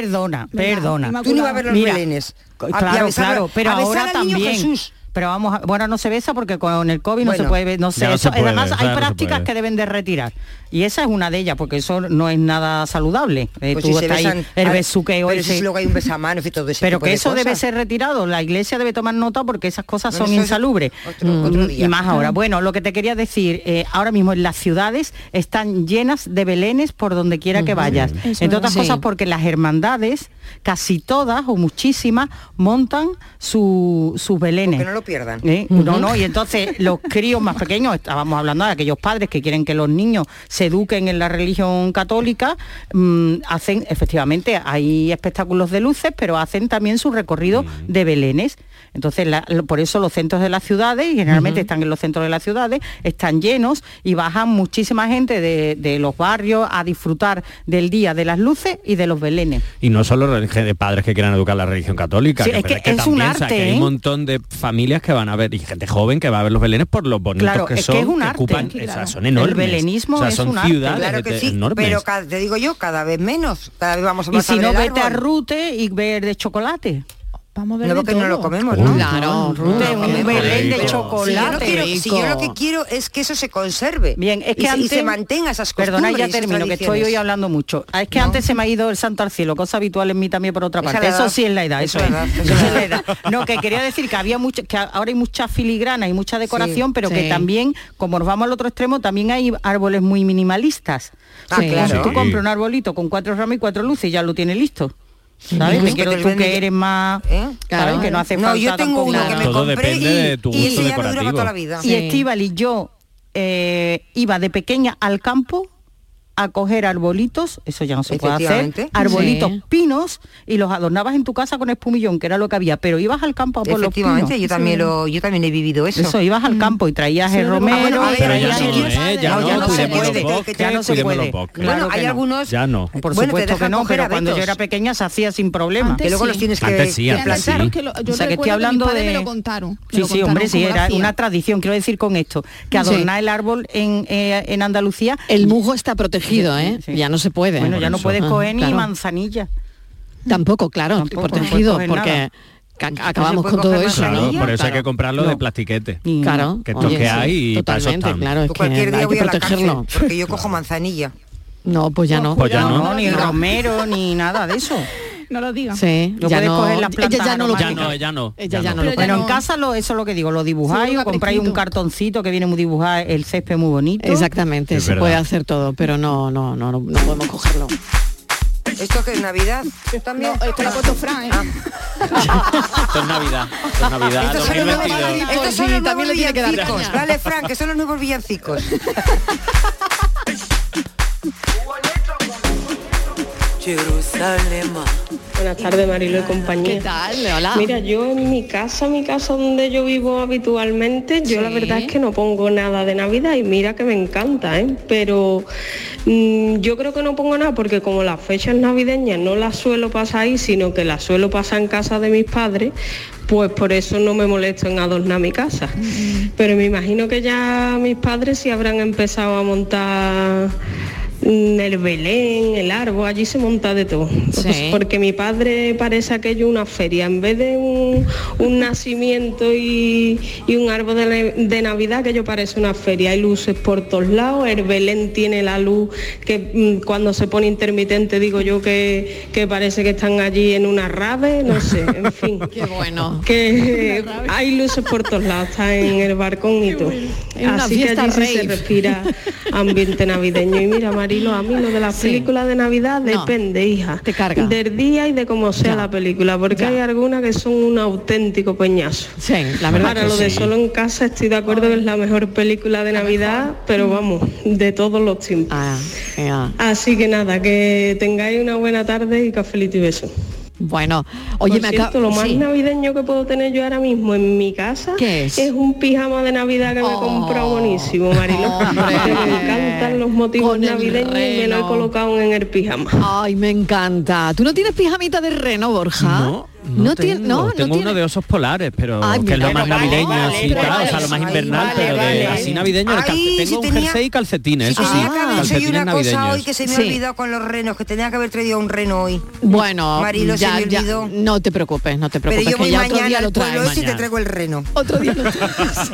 [SPEAKER 8] perdona, Ah, perdona.
[SPEAKER 9] Tú no ibas a ver los
[SPEAKER 8] Mira,
[SPEAKER 9] belenes.
[SPEAKER 8] co-
[SPEAKER 9] A- y a
[SPEAKER 8] Claro,
[SPEAKER 9] besar-
[SPEAKER 8] claro, pero
[SPEAKER 9] a besar
[SPEAKER 8] ahora
[SPEAKER 9] al niño
[SPEAKER 8] también.
[SPEAKER 9] Jesús.
[SPEAKER 8] Pero vamos, a- bueno, no se besa porque con el COVID no
[SPEAKER 9] Bueno.
[SPEAKER 8] se puede, be- no sé,
[SPEAKER 9] Ya no
[SPEAKER 8] eso-
[SPEAKER 9] se puede,
[SPEAKER 8] además
[SPEAKER 9] ya
[SPEAKER 8] hay
[SPEAKER 9] no se
[SPEAKER 8] prácticas
[SPEAKER 9] puede.
[SPEAKER 8] que deben de retirar. Y esa es una de ellas, porque eso no es nada saludable. Eh,
[SPEAKER 9] Pues
[SPEAKER 8] tú
[SPEAKER 9] si se
[SPEAKER 8] estás ahí,
[SPEAKER 9] besan-
[SPEAKER 8] el
[SPEAKER 9] ah,
[SPEAKER 8] besuqueo
[SPEAKER 9] pero
[SPEAKER 8] ese-
[SPEAKER 9] si luego hay un besamanos y todo ese
[SPEAKER 8] pero
[SPEAKER 9] tipo
[SPEAKER 8] que
[SPEAKER 9] de
[SPEAKER 8] eso debe
[SPEAKER 9] cosas.
[SPEAKER 8] ser retirado, la iglesia debe tomar nota porque esas cosas
[SPEAKER 9] Bueno,
[SPEAKER 8] son
[SPEAKER 9] eso es
[SPEAKER 8] insalubres.
[SPEAKER 9] otro- otro día.
[SPEAKER 8] Y más ahora.
[SPEAKER 9] Ah.
[SPEAKER 8] Bueno, lo que te quería decir, eh, ahora mismo en las ciudades están llenas de belenes por donde quiera que vayas.
[SPEAKER 24] Eso es
[SPEAKER 8] Entre otras
[SPEAKER 24] verdad.
[SPEAKER 8] cosas
[SPEAKER 24] Sí.
[SPEAKER 8] porque las hermandades, casi todas o muchísimas, montan su- sus belenes.
[SPEAKER 9] Que no lo pierdan.
[SPEAKER 8] ¿Eh? No, no, y entonces los críos más pequeños, estábamos hablando de aquellos padres que quieren que los niños se eduquen en la religión católica, mm, hacen, efectivamente, hay espectáculos de luces, pero hacen también su recorrido de belenes. Entonces, la- lo- por eso los centros de las ciudades, y generalmente están en los centros de las ciudades, están llenos y bajan muchísima gente de, de los barrios a disfrutar del día de las luces y de los belenes.
[SPEAKER 7] Y no solo religión- de padres que quieran educar la religión católica,
[SPEAKER 8] Sí,
[SPEAKER 7] que,
[SPEAKER 8] es
[SPEAKER 7] pero
[SPEAKER 8] que es un
[SPEAKER 7] también, o sea,
[SPEAKER 8] arte,
[SPEAKER 7] que hay
[SPEAKER 8] ¿eh?
[SPEAKER 7] un montón de familias que van a ver, y gente joven que va a ver los belenes por los bonitos
[SPEAKER 8] Claro,
[SPEAKER 7] que
[SPEAKER 8] es que
[SPEAKER 7] son,
[SPEAKER 8] es un arte,
[SPEAKER 7] ocupan,
[SPEAKER 8] claro.
[SPEAKER 7] o sea, son
[SPEAKER 8] El
[SPEAKER 7] enormes.
[SPEAKER 8] belenismo
[SPEAKER 7] o sea,
[SPEAKER 8] es
[SPEAKER 7] son
[SPEAKER 8] un arte.
[SPEAKER 7] ciudades
[SPEAKER 9] Claro
[SPEAKER 7] de-
[SPEAKER 9] que sí,
[SPEAKER 7] enormes.
[SPEAKER 9] pero ca- te digo yo, cada vez menos. Cada vez vamos a
[SPEAKER 8] Y
[SPEAKER 9] más
[SPEAKER 8] si
[SPEAKER 9] a ver
[SPEAKER 8] no,
[SPEAKER 9] el
[SPEAKER 8] vete a
[SPEAKER 9] árbol.
[SPEAKER 8] Rute y ver de chocolate. Vamos
[SPEAKER 9] No, porque no lo comemos, ¿no?
[SPEAKER 8] Claro, Rute, un belén de chocolate.
[SPEAKER 9] Si yo, no quiero- si yo lo que quiero es que eso se conserve.
[SPEAKER 8] Bien, es que
[SPEAKER 9] y, se-
[SPEAKER 8] antes
[SPEAKER 9] y se mantenga esas costumbres.
[SPEAKER 8] Perdona, ya
[SPEAKER 9] y esas
[SPEAKER 8] termino, que estoy hoy
[SPEAKER 9] tradiciones.
[SPEAKER 8] hablando mucho. Ah, Es que antes se me ha ido el santo al cielo, cosa habitual en mí también por otra
[SPEAKER 9] Esa
[SPEAKER 8] parte.
[SPEAKER 9] es la
[SPEAKER 8] Eso
[SPEAKER 9] edad.
[SPEAKER 8] sí es la edad, eso
[SPEAKER 9] Esa
[SPEAKER 8] es.
[SPEAKER 9] es la edad,
[SPEAKER 8] <laughs> Eso es la edad. No, que quería decir que había mucho, que ahora hay mucha filigrana y mucha decoración, pero que
[SPEAKER 9] sí.
[SPEAKER 8] también, como nos vamos al otro extremo, también hay árboles muy minimalistas.
[SPEAKER 9] Ah,
[SPEAKER 8] Sí.
[SPEAKER 9] claro.
[SPEAKER 8] Tú
[SPEAKER 9] Sí.
[SPEAKER 8] compras un arbolito con cuatro ramas y cuatro luces y ya lo tienes listo. ¿Sabes?
[SPEAKER 9] Ujú.
[SPEAKER 8] Te quiero
[SPEAKER 9] Que te
[SPEAKER 8] tú
[SPEAKER 9] venden ¿Eh?
[SPEAKER 8] que
[SPEAKER 9] ya.
[SPEAKER 8] eres más...
[SPEAKER 9] Claro.
[SPEAKER 8] ¿sabes? Que no hace
[SPEAKER 9] No,
[SPEAKER 8] falta
[SPEAKER 9] yo tengo
[SPEAKER 8] tampoco
[SPEAKER 9] uno que
[SPEAKER 8] nada.
[SPEAKER 9] me Todo compré depende y- de tu y gusto ese ya me dura para decorativo. toda la vida.
[SPEAKER 8] Y
[SPEAKER 9] Sí.
[SPEAKER 8] Estíbal y yo eh, iba de pequeña al campo a coger arbolitos, eso ya no se puede hacer,
[SPEAKER 9] Efectivamente.
[SPEAKER 8] arbolitos
[SPEAKER 9] Sí.
[SPEAKER 8] pinos y los adornabas en tu casa con espumillón, que era lo que había, pero ibas al campo a por los pinos.
[SPEAKER 9] Efectivamente, yo también lo, yo también he vivido eso. Ah,
[SPEAKER 8] Eso, ibas al Mm. campo y traías el romero, y
[SPEAKER 7] Pero ya
[SPEAKER 8] traías
[SPEAKER 7] no,
[SPEAKER 8] el-
[SPEAKER 7] ¿eh? Ya no, cuidemos los bosques,
[SPEAKER 8] ya no se
[SPEAKER 7] cuidemos los
[SPEAKER 8] puede.
[SPEAKER 7] bosques.
[SPEAKER 8] Claro
[SPEAKER 9] Bueno,
[SPEAKER 8] que
[SPEAKER 9] hay
[SPEAKER 8] no.
[SPEAKER 9] algunos-
[SPEAKER 7] Ya no.
[SPEAKER 8] Por
[SPEAKER 9] Bueno, te
[SPEAKER 8] supuesto que
[SPEAKER 9] dejan
[SPEAKER 8] no,
[SPEAKER 9] comer
[SPEAKER 8] pero cuando yo
[SPEAKER 9] abetos.
[SPEAKER 8] era pequeña se hacía sin problema.
[SPEAKER 9] Antes Que luego sí. los tienes que- Antes sí, que antes plantar. sí.
[SPEAKER 12] Que lo- yo
[SPEAKER 8] o sea, que estoy
[SPEAKER 12] recuerdo que
[SPEAKER 8] hablando
[SPEAKER 12] mis padres
[SPEAKER 8] de...
[SPEAKER 12] me lo contaron, me
[SPEAKER 8] Sí,
[SPEAKER 12] lo
[SPEAKER 8] sí,
[SPEAKER 12] contaron
[SPEAKER 8] hombre, sí,
[SPEAKER 12] cómo lo
[SPEAKER 8] era
[SPEAKER 12] hacían.
[SPEAKER 8] una tradición. Quiero decir con esto, que
[SPEAKER 12] Sí.
[SPEAKER 8] adornar el árbol en, eh, en Andalucía...
[SPEAKER 6] El musgo está protegido, ¿eh? Ya no se puede.
[SPEAKER 8] Bueno, ya no puedes
[SPEAKER 6] Ah,
[SPEAKER 8] coger ni
[SPEAKER 6] claro.
[SPEAKER 8] manzanilla.
[SPEAKER 6] Tampoco, claro,
[SPEAKER 8] Tampoco, no
[SPEAKER 6] protegido,
[SPEAKER 8] puedes coger
[SPEAKER 6] porque
[SPEAKER 8] nada.
[SPEAKER 6] ca-
[SPEAKER 8] No se
[SPEAKER 6] acabamos
[SPEAKER 8] puede
[SPEAKER 6] con todo
[SPEAKER 8] coger
[SPEAKER 6] eso,
[SPEAKER 7] Claro,
[SPEAKER 6] ¿no?
[SPEAKER 7] por eso hay que comprarlo de plastiquete.
[SPEAKER 6] Claro,
[SPEAKER 7] Que esto
[SPEAKER 6] oye,
[SPEAKER 7] que
[SPEAKER 6] sí,
[SPEAKER 7] hay y para eso
[SPEAKER 6] totalmente,
[SPEAKER 7] están.
[SPEAKER 6] claro,
[SPEAKER 8] Pues
[SPEAKER 6] es que
[SPEAKER 9] Cualquier
[SPEAKER 6] hay
[SPEAKER 9] día
[SPEAKER 6] que
[SPEAKER 9] voy a la cárcel
[SPEAKER 6] protegerlo.
[SPEAKER 9] porque yo cojo manzanilla.
[SPEAKER 6] No, pues ya no.
[SPEAKER 7] Pues ya no.
[SPEAKER 8] ni romero, ni nada de eso.
[SPEAKER 12] No lo digas.
[SPEAKER 6] Sí,
[SPEAKER 8] Lo
[SPEAKER 6] ya
[SPEAKER 8] puedes
[SPEAKER 6] no-
[SPEAKER 8] coger las
[SPEAKER 6] ella
[SPEAKER 8] plantas
[SPEAKER 6] ya no lo
[SPEAKER 8] aromáticas.
[SPEAKER 6] pica. Ella no, Ella ya no lo
[SPEAKER 8] Pero
[SPEAKER 6] pica.
[SPEAKER 8] en casa lo, eso es lo que digo, lo dibujáis
[SPEAKER 6] Sí,
[SPEAKER 8] o compráis un
[SPEAKER 6] capriquito.
[SPEAKER 8] cartoncito que viene muy dibujado, el césped muy bonito.
[SPEAKER 6] Exactamente, se puede hacer todo, pero no, no, no, no, no podemos cogerlo.
[SPEAKER 9] ¿Esto que es Navidad? También. esto la foto Fran, ¿eh?
[SPEAKER 7] Esto es Navidad. Esto es pues Navidad
[SPEAKER 9] Estos son los nuevos,
[SPEAKER 7] 2022.
[SPEAKER 9] estos son
[SPEAKER 6] Sí,
[SPEAKER 9] los
[SPEAKER 6] también le
[SPEAKER 9] nuevos
[SPEAKER 6] tiene que dar
[SPEAKER 9] villancicos.
[SPEAKER 6] caña.
[SPEAKER 9] Vale, Fran, que son los nuevos villancicos.
[SPEAKER 24] Buenas tardes, Marilo y compañía.
[SPEAKER 6] ¿Qué tal? Hola.
[SPEAKER 24] Mira, yo en mi casa, mi casa donde yo vivo habitualmente, yo la verdad es que no pongo nada de Navidad y mira que me encanta, ¿eh? Pero mm, yo creo que no pongo nada porque como las fechas navideñas no las suelo pasar ahí, sino que las suelo pasar en casa de mis padres, pues por eso no me molesto en adornar mi casa.
[SPEAKER 6] Mm,
[SPEAKER 24] Pero me imagino que ya mis padres sí habrán empezado a montar mm, el Belén, el árbol, allí se monta de todo. Pues porque mi padre parece aquello una feria. En vez de un, un nacimiento y, y un árbol de, la- de Navidad, que yo parece una feria. Hay luces por todos lados, el Belén tiene la luz que mm, cuando se pone intermitente digo yo que, que parece que están allí en una rave, no sé, en fin. Qué
[SPEAKER 6] bueno.
[SPEAKER 24] Que eh, hay luces por todos lados, está en el balcón y todo.
[SPEAKER 6] Es una
[SPEAKER 24] Así que
[SPEAKER 6] fiesta
[SPEAKER 24] allí sí se
[SPEAKER 6] rave.
[SPEAKER 24] respira ambiente navideño. Y mira, Marilo, a mí lo de las películas de Navidad depende, hija. Te carga. Del día y de cómo sea la película, porque hay algunas que son un auténtico peñazo.
[SPEAKER 6] Sí, la verdad
[SPEAKER 24] Para
[SPEAKER 6] que
[SPEAKER 24] lo de
[SPEAKER 6] sí.
[SPEAKER 24] solo en casa estoy de acuerdo que es la mejor película de Navidad, pero vamos, de todos los tiempos.
[SPEAKER 6] Ah,
[SPEAKER 24] Así que nada, que tengáis una buena tarde y cafelito y beso.
[SPEAKER 6] Bueno, oye,
[SPEAKER 24] Por
[SPEAKER 6] me
[SPEAKER 24] cierto,
[SPEAKER 6] acabo...
[SPEAKER 24] lo más navideño que puedo tener yo ahora mismo en mi casa
[SPEAKER 6] es? Oh.
[SPEAKER 24] un pijama de Navidad que me he comprado buenísimo, Marilo. Que <laughs> me encantan los motivos navideños y me lo he colocado en el pijama.
[SPEAKER 6] Ay, me encanta. ¿Tú no tienes pijamita de reno, Borja? No, no tienes,
[SPEAKER 7] tengo,
[SPEAKER 6] Oh, no, no
[SPEAKER 7] tengo uno de osos polares, pero
[SPEAKER 6] Ay,
[SPEAKER 7] que es lo
[SPEAKER 6] mira,
[SPEAKER 7] más
[SPEAKER 6] pero vale,
[SPEAKER 7] navideño,
[SPEAKER 6] vale,
[SPEAKER 7] así,
[SPEAKER 6] pero
[SPEAKER 7] tal,
[SPEAKER 6] vale,
[SPEAKER 7] o sea, lo más
[SPEAKER 6] ahí,
[SPEAKER 7] invernal,
[SPEAKER 6] vale,
[SPEAKER 7] pero de
[SPEAKER 6] vale.
[SPEAKER 7] así navideño, el
[SPEAKER 6] Ay,
[SPEAKER 7] calce- tengo
[SPEAKER 6] si
[SPEAKER 7] un
[SPEAKER 6] tenía-
[SPEAKER 7] jersey y calcetines,
[SPEAKER 9] Si
[SPEAKER 7] eso sí,
[SPEAKER 9] tenía que haber dicho yo
[SPEAKER 7] calcetines
[SPEAKER 9] una cosa
[SPEAKER 7] navideños.
[SPEAKER 9] hoy que se me ha
[SPEAKER 6] Sí.
[SPEAKER 9] olvidado con los renos, que tenía que haber traído un reno hoy.
[SPEAKER 6] Bueno,
[SPEAKER 9] Marilo,
[SPEAKER 6] ya,
[SPEAKER 9] se me
[SPEAKER 6] ya,
[SPEAKER 9] olvidó.
[SPEAKER 6] no te preocupes, no te
[SPEAKER 9] Pero
[SPEAKER 6] preocupes,
[SPEAKER 9] yo voy
[SPEAKER 6] que ya otro
[SPEAKER 9] mañana
[SPEAKER 6] día lo
[SPEAKER 9] al pueblo
[SPEAKER 6] traes.
[SPEAKER 9] ese y te traigo el reno.
[SPEAKER 6] Otro día lo traes.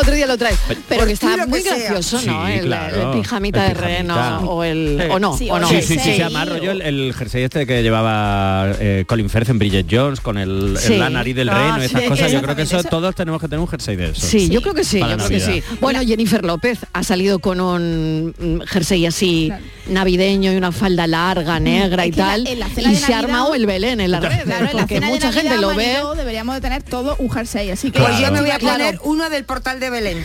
[SPEAKER 6] Otro día lo traes. Pero que está muy gracioso, ¿no?
[SPEAKER 7] Sí,
[SPEAKER 6] el,
[SPEAKER 7] claro.
[SPEAKER 6] el pijamita de
[SPEAKER 7] El pijamita.
[SPEAKER 6] reno o el o no, o no.
[SPEAKER 7] Sí, sí, sí, se amarro yo el, el jersey este que llevaba eh, Colin Firth en Bridget Jones con el, el-
[SPEAKER 6] Sí.
[SPEAKER 7] la nariz del
[SPEAKER 6] Ah,
[SPEAKER 7] reno,
[SPEAKER 6] sí,
[SPEAKER 7] esas
[SPEAKER 6] es que
[SPEAKER 7] cosas. Yo creo que eso
[SPEAKER 6] exactamente, eso-
[SPEAKER 7] todos tenemos que tener un jersey de eso.
[SPEAKER 6] Sí, yo creo que sí,
[SPEAKER 7] Para
[SPEAKER 6] yo creo que sí.
[SPEAKER 7] Navidad.
[SPEAKER 6] Bueno, Jennifer López ha salido con un mm, jersey así navideño y una falda larga, negra y
[SPEAKER 12] Es que la-
[SPEAKER 6] tal,
[SPEAKER 12] en la
[SPEAKER 6] y
[SPEAKER 12] cena de
[SPEAKER 6] se ha
[SPEAKER 12] Navidad-
[SPEAKER 6] armado el Belén en las <laughs> redes, porque
[SPEAKER 12] Cena de
[SPEAKER 6] mucha
[SPEAKER 12] Navidad,
[SPEAKER 6] gente lo ve.
[SPEAKER 12] Mariló, deberíamos de tener todo un jersey, así que
[SPEAKER 9] Pues yo me voy a
[SPEAKER 12] Claro.
[SPEAKER 9] poner uno del portal de Belén.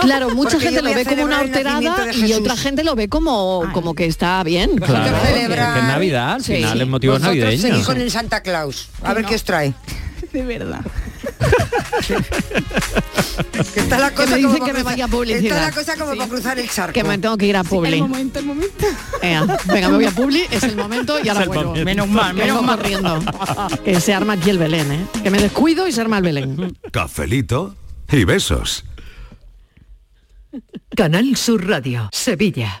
[SPEAKER 6] Claro, mucha
[SPEAKER 9] Porque
[SPEAKER 6] gente
[SPEAKER 9] yo
[SPEAKER 6] lo
[SPEAKER 9] voy a
[SPEAKER 6] ve como una
[SPEAKER 9] celebrar el nacimiento
[SPEAKER 6] horterada
[SPEAKER 9] de
[SPEAKER 6] y
[SPEAKER 9] Jesús.
[SPEAKER 6] otra gente lo ve como como que está bien.
[SPEAKER 7] Claro, que es Navidad, al final es motivo
[SPEAKER 9] Vosotros
[SPEAKER 7] navideño.
[SPEAKER 9] seguís con el Santa Claus. A
[SPEAKER 12] Que
[SPEAKER 9] ver
[SPEAKER 12] no.
[SPEAKER 9] qué
[SPEAKER 25] <laughs>
[SPEAKER 9] os trae.
[SPEAKER 12] De verdad.
[SPEAKER 9] Que está la
[SPEAKER 6] Que
[SPEAKER 9] cosa
[SPEAKER 6] me
[SPEAKER 9] como
[SPEAKER 6] dicen
[SPEAKER 9] para
[SPEAKER 6] que me
[SPEAKER 9] cruzar-
[SPEAKER 6] vaya a publicidad.
[SPEAKER 9] Está la cosa como para cruzar el charco.
[SPEAKER 6] Que me tengo que ir a Publi.
[SPEAKER 12] momento, el momento.
[SPEAKER 6] Ea, venga, me voy a Publi, es el momento y ahora
[SPEAKER 12] Es el
[SPEAKER 6] vuelvo.
[SPEAKER 12] momento. Menos mal,
[SPEAKER 6] Que
[SPEAKER 12] menos
[SPEAKER 6] vengo
[SPEAKER 12] mal.
[SPEAKER 6] corriendo. <laughs> Que se arma aquí el Belén, ¿eh? Que me descuido y se arma el Belén.
[SPEAKER 1] Cafelito y besos.
[SPEAKER 2] Canal Sur Radio, Sevilla.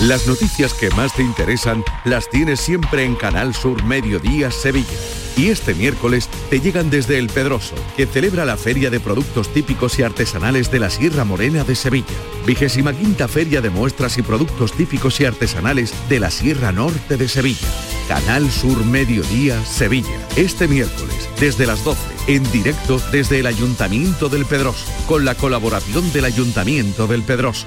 [SPEAKER 3] Las noticias que más te interesan las tienes siempre en Canal Sur Mediodía Sevilla. Y este miércoles te llegan desde El Pedroso, que celebra la Feria de Productos Típicos y Artesanales de la Sierra Morena de Sevilla. Vigésima quinta Feria de Muestras y Productos Típicos y Artesanales de la Sierra Norte de Sevilla. Canal Sur Mediodía Sevilla. Este miércoles, desde las 12, en directo desde el Ayuntamiento del Pedroso, con la colaboración del Ayuntamiento del Pedroso.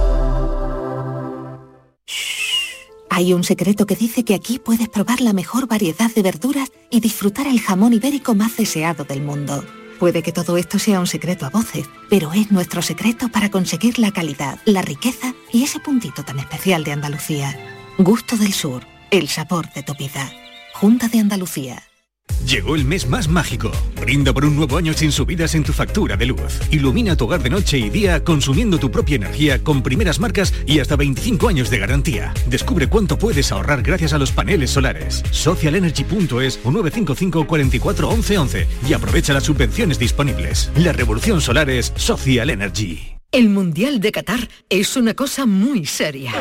[SPEAKER 13] Hay un secreto que dice que aquí puedes probar la mejor variedad de verduras y disfrutar el jamón ibérico más deseado del mundo. Puede que todo esto sea un secreto a voces, pero es nuestro secreto para conseguir la calidad, la riqueza y ese puntito tan especial de Andalucía. Gusto del Sur, el sabor de tu vida. Junta de Andalucía.
[SPEAKER 14] Llegó el mes más mágico. Brinda por un nuevo año sin subidas en tu factura de luz. Ilumina tu hogar de noche y día consumiendo tu propia energía con primeras marcas y hasta 25 años de garantía. Descubre cuánto puedes ahorrar gracias a los paneles solares. Socialenergy.es o 955 44 11 11 y aprovecha las subvenciones disponibles. La revolución solar es Social Energy.
[SPEAKER 2] El Mundial de Qatar es una cosa muy seria.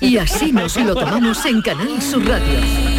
[SPEAKER 2] Y así nos
[SPEAKER 15] <laughs>
[SPEAKER 2] lo tomamos en Canal Sur Radio.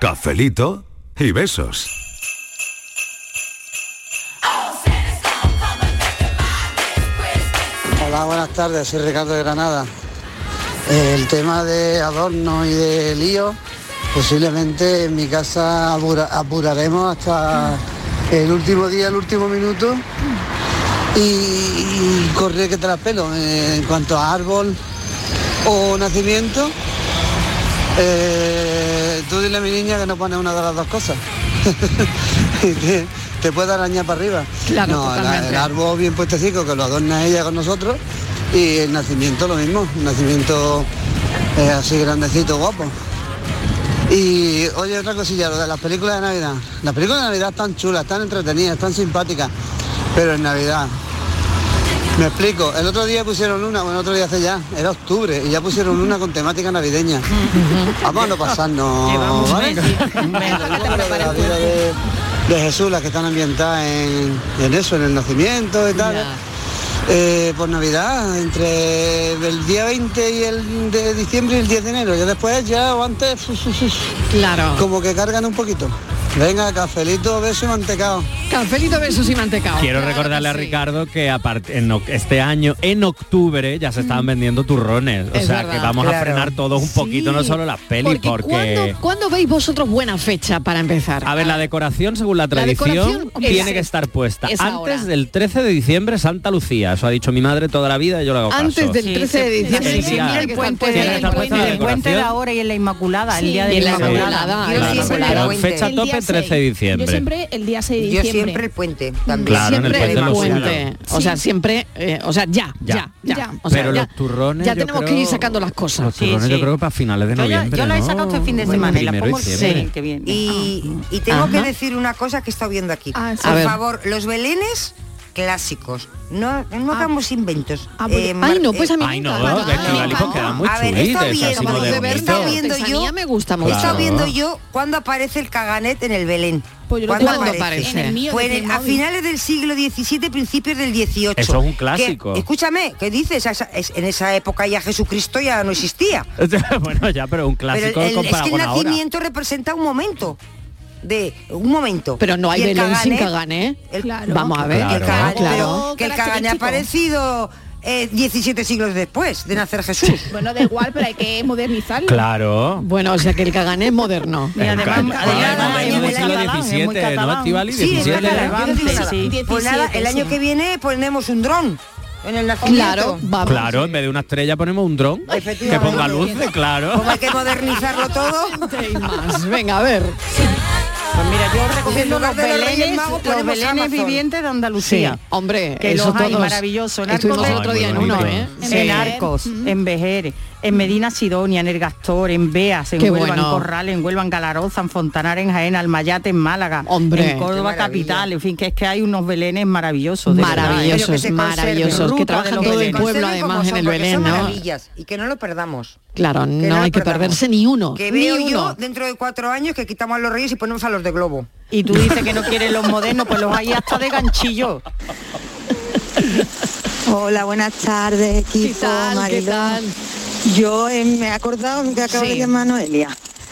[SPEAKER 1] Cafelito y besos.
[SPEAKER 26] Hola, buenas tardes, soy Ricardo de Granada. Eh, El tema de adorno y de lío, posiblemente en mi casa apura- apuraremos hasta el último día, el último minuto y, y correr que te la pelo. Eh, En cuanto a árbol o nacimiento, eh, tú dile a mi niña que no pone una de las dos cosas. <laughs> te, te puede arañar para arriba.
[SPEAKER 27] Claro,
[SPEAKER 26] no, la-
[SPEAKER 27] totalmente.
[SPEAKER 26] el árbol bien puestecico, que lo adorna ella con nosotros. Y el nacimiento lo mismo, un nacimiento eh, así grandecito, guapo. Y oye, otra cosilla, lo de las películas de Navidad. Las películas de Navidad están chulas, están entretenidas, están simpáticas, pero en Navidad. Me explico, el otro día pusieron una, bueno, otro día hace ya, era octubre, y ya pusieron una con temática navideña. Vamos a no pasarnos, ¿vale? La vida de, de Jesús, las que están ambientadas en, en eso, en el nacimiento y tal. Eh, por Navidad, entre el día 20 y el de diciembre y el 10 de enero. Ya después, ya o antes,
[SPEAKER 6] Claro.
[SPEAKER 26] como que cargan un poquito. Venga, cafelito, beso y mantecao.
[SPEAKER 6] Cafelito, besos y mantecao.
[SPEAKER 7] Quiero recordarle a Ricardo que aparte en oc- este año, en octubre, ya se estaban vendiendo turrones. O
[SPEAKER 6] Mm. Es
[SPEAKER 7] sea
[SPEAKER 6] verdad.
[SPEAKER 7] que vamos a
[SPEAKER 6] Claro.
[SPEAKER 7] frenar todos un poquito, no solo las pelis, porque.
[SPEAKER 6] ¿Cuándo, cuándo veis vosotros buena fecha para empezar?
[SPEAKER 7] A ver, la decoración, según la
[SPEAKER 6] decoración,
[SPEAKER 7] tradición,
[SPEAKER 6] hombre,
[SPEAKER 7] tiene
[SPEAKER 6] es-
[SPEAKER 7] que estar puesta.
[SPEAKER 6] es ahora.
[SPEAKER 7] Antes del 13 de diciembre, Santa Lucía. Eso ha dicho mi madre toda la vida y yo le hago caso.
[SPEAKER 6] Antes del 13 de diciembre.
[SPEAKER 7] Sí, sí,
[SPEAKER 6] tiene
[SPEAKER 7] sí.
[SPEAKER 6] que
[SPEAKER 8] puente,
[SPEAKER 7] Tiene que
[SPEAKER 8] de-
[SPEAKER 7] estar puesta la
[SPEAKER 8] el puente de
[SPEAKER 7] decoración.
[SPEAKER 8] ahora y en la Inmaculada,
[SPEAKER 12] Sí,
[SPEAKER 8] el día de
[SPEAKER 7] y en la
[SPEAKER 12] Inmaculada.
[SPEAKER 7] Claro,
[SPEAKER 12] Yo siempre
[SPEAKER 7] pero
[SPEAKER 12] el
[SPEAKER 7] en fecha
[SPEAKER 12] puente.
[SPEAKER 7] tope
[SPEAKER 12] El día
[SPEAKER 7] 13 de
[SPEAKER 12] seis.
[SPEAKER 7] diciembre.
[SPEAKER 12] Yo siempre el día 6 de
[SPEAKER 9] Yo
[SPEAKER 12] diciembre.
[SPEAKER 9] siempre el puente también.
[SPEAKER 7] Claro, en el
[SPEAKER 6] siempre
[SPEAKER 7] puente
[SPEAKER 6] el
[SPEAKER 7] no se
[SPEAKER 6] puente.
[SPEAKER 7] habla.
[SPEAKER 6] O sea,
[SPEAKER 7] Sí.
[SPEAKER 6] siempre, eh, o sea, ya, ya, ya. O sea,
[SPEAKER 7] Pero
[SPEAKER 6] ya,
[SPEAKER 7] los turrones.
[SPEAKER 6] ya
[SPEAKER 7] yo
[SPEAKER 6] tenemos
[SPEAKER 7] creo-
[SPEAKER 6] que ir sacando las cosas.
[SPEAKER 7] Los turrones yo creo que para finales de
[SPEAKER 8] Yo ya-
[SPEAKER 7] noviembre.
[SPEAKER 8] yo la he
[SPEAKER 7] ¿no?
[SPEAKER 8] sacado este fin de
[SPEAKER 7] Bueno,
[SPEAKER 8] semana y la
[SPEAKER 7] primero
[SPEAKER 8] pongo
[SPEAKER 7] diciembre. <laughs>
[SPEAKER 8] que viene.
[SPEAKER 9] Y, y tengo
[SPEAKER 7] Ajá.
[SPEAKER 9] que decir una cosa que he estado viendo aquí.
[SPEAKER 8] sí. A
[SPEAKER 9] Por
[SPEAKER 8] ver.
[SPEAKER 9] favor, los belenes clásicos. No, no hagamos inventos.
[SPEAKER 6] porque-
[SPEAKER 9] Eh,
[SPEAKER 6] ay, no,
[SPEAKER 9] Mar-
[SPEAKER 6] pues a mí
[SPEAKER 9] eh,
[SPEAKER 6] me encanta.
[SPEAKER 7] No, que Estivali, pues, queda muy
[SPEAKER 9] A ver, he
[SPEAKER 7] chulita,
[SPEAKER 9] estado
[SPEAKER 7] es así
[SPEAKER 9] viendo,
[SPEAKER 7] muy
[SPEAKER 9] de
[SPEAKER 7] de
[SPEAKER 9] verdad, he estado
[SPEAKER 7] bonito.
[SPEAKER 9] viendo yo,
[SPEAKER 6] Texanía me gusta mucho.
[SPEAKER 9] he estado viendo
[SPEAKER 7] Claro.
[SPEAKER 9] yo cuando aparece el caganet en el Belén.
[SPEAKER 6] Pues yo lo
[SPEAKER 9] ¿Cuándo
[SPEAKER 6] tengo cuando aparece. En el mío,
[SPEAKER 9] Pues
[SPEAKER 6] de
[SPEAKER 9] en- a
[SPEAKER 6] Playmobil.
[SPEAKER 9] finales del siglo XVII, principios del XVIII.
[SPEAKER 7] Eso es un
[SPEAKER 9] Que-
[SPEAKER 7] clásico.
[SPEAKER 9] escúchame, ¿qué dices? Esa- es- En esa época ya Jesucristo ya no existía.
[SPEAKER 7] bueno, ya, pero un clásico
[SPEAKER 9] Pero el- el- es
[SPEAKER 7] comparado
[SPEAKER 9] que el
[SPEAKER 7] con ahora.
[SPEAKER 9] nacimiento representa un momento. De un momento.
[SPEAKER 6] Pero no hay
[SPEAKER 9] Y el
[SPEAKER 6] Belén sin ¿eh?
[SPEAKER 9] Caganet-
[SPEAKER 6] Cagané.
[SPEAKER 9] el-
[SPEAKER 6] Vamos a ver.
[SPEAKER 9] Que el
[SPEAKER 6] Claro.
[SPEAKER 9] Cagané, pero
[SPEAKER 6] Claro.
[SPEAKER 9] que el Cagané ha aparecido eh, 17 siglos después de nacer Jesús.
[SPEAKER 12] Bueno, da igual, pero hay que modernizarlo.
[SPEAKER 7] Claro.
[SPEAKER 6] Bueno, o sea que el Cagané es moderno.
[SPEAKER 7] Y además- El Cagané además es del siglo XVII, ¿no, Estivali?
[SPEAKER 9] Sí, es
[SPEAKER 7] 17.
[SPEAKER 9] catalán, yo no digo nada.
[SPEAKER 6] Sí.
[SPEAKER 9] Pues nada, el
[SPEAKER 6] 17,
[SPEAKER 9] año
[SPEAKER 6] sí.
[SPEAKER 9] que viene ponemos un dron en el nacimiento.
[SPEAKER 6] Claro, vamos.
[SPEAKER 7] Claro, en vez de una estrella ponemos un dron que
[SPEAKER 9] Efectivamente.
[SPEAKER 7] ponga luces, claro.
[SPEAKER 9] Como hay que modernizarlo todo.
[SPEAKER 6] Venga, a ver.
[SPEAKER 8] Pues mira, yo recomiendo
[SPEAKER 9] lugar
[SPEAKER 8] los
[SPEAKER 9] de los Reyes
[SPEAKER 8] belenes,
[SPEAKER 9] Magos
[SPEAKER 8] los
[SPEAKER 9] ponemos
[SPEAKER 8] belenes
[SPEAKER 9] Amazon.
[SPEAKER 8] vivientes de Andalucía.
[SPEAKER 6] Sí, hombre,
[SPEAKER 8] que
[SPEAKER 6] eso
[SPEAKER 8] los hay
[SPEAKER 6] todos.
[SPEAKER 8] maravilloso. En
[SPEAKER 6] Estuvimos
[SPEAKER 8] Arcos de-
[SPEAKER 6] el otro día en uno, ¿eh? Sí.
[SPEAKER 8] En Arcos, en Vejer, en Medina Sidonia, en El Gastor, en Beas, en
[SPEAKER 6] Qué
[SPEAKER 8] Huelva,
[SPEAKER 6] bueno.
[SPEAKER 8] en Corral, en Huelva, en Galaroza, en Fontanar, en Jaén, Almayate, en Málaga,
[SPEAKER 6] Hombre.
[SPEAKER 8] en
[SPEAKER 6] Qué
[SPEAKER 8] Córdoba
[SPEAKER 6] maravilla.
[SPEAKER 8] capital. En fin, que es que hay unos belenes maravillosos. de verdad, ¿eh?
[SPEAKER 6] Maravillosos,
[SPEAKER 8] Pero que se conserven.
[SPEAKER 6] maravillosos, que
[SPEAKER 8] Ruta de
[SPEAKER 6] trabajan
[SPEAKER 8] los
[SPEAKER 6] todo el
[SPEAKER 8] belenes.
[SPEAKER 6] pueblo,
[SPEAKER 9] Conserven como
[SPEAKER 6] además, en
[SPEAKER 9] son,
[SPEAKER 6] el
[SPEAKER 9] porque
[SPEAKER 6] Belén,
[SPEAKER 9] son
[SPEAKER 6] ¿no?
[SPEAKER 9] maravillas y que no lo perdamos.
[SPEAKER 6] Claro,
[SPEAKER 9] Que
[SPEAKER 6] no
[SPEAKER 9] lo
[SPEAKER 6] hay que
[SPEAKER 9] perdamos.
[SPEAKER 6] perderse ni uno.
[SPEAKER 9] Que
[SPEAKER 6] ni
[SPEAKER 9] veo
[SPEAKER 6] uno.
[SPEAKER 9] yo dentro de cuatro años que quitamos a los reyes y ponemos a los de globo.
[SPEAKER 8] Y tú dices que no quieres los modernos, pues los hay hasta de ganchillo.
[SPEAKER 28] Hola, buenas tardes, equipo.
[SPEAKER 6] tal? ¿Qué
[SPEAKER 28] Mariló. Yo eh, me he acordado que acabo
[SPEAKER 6] Sí.
[SPEAKER 28] de llamar a Noelia.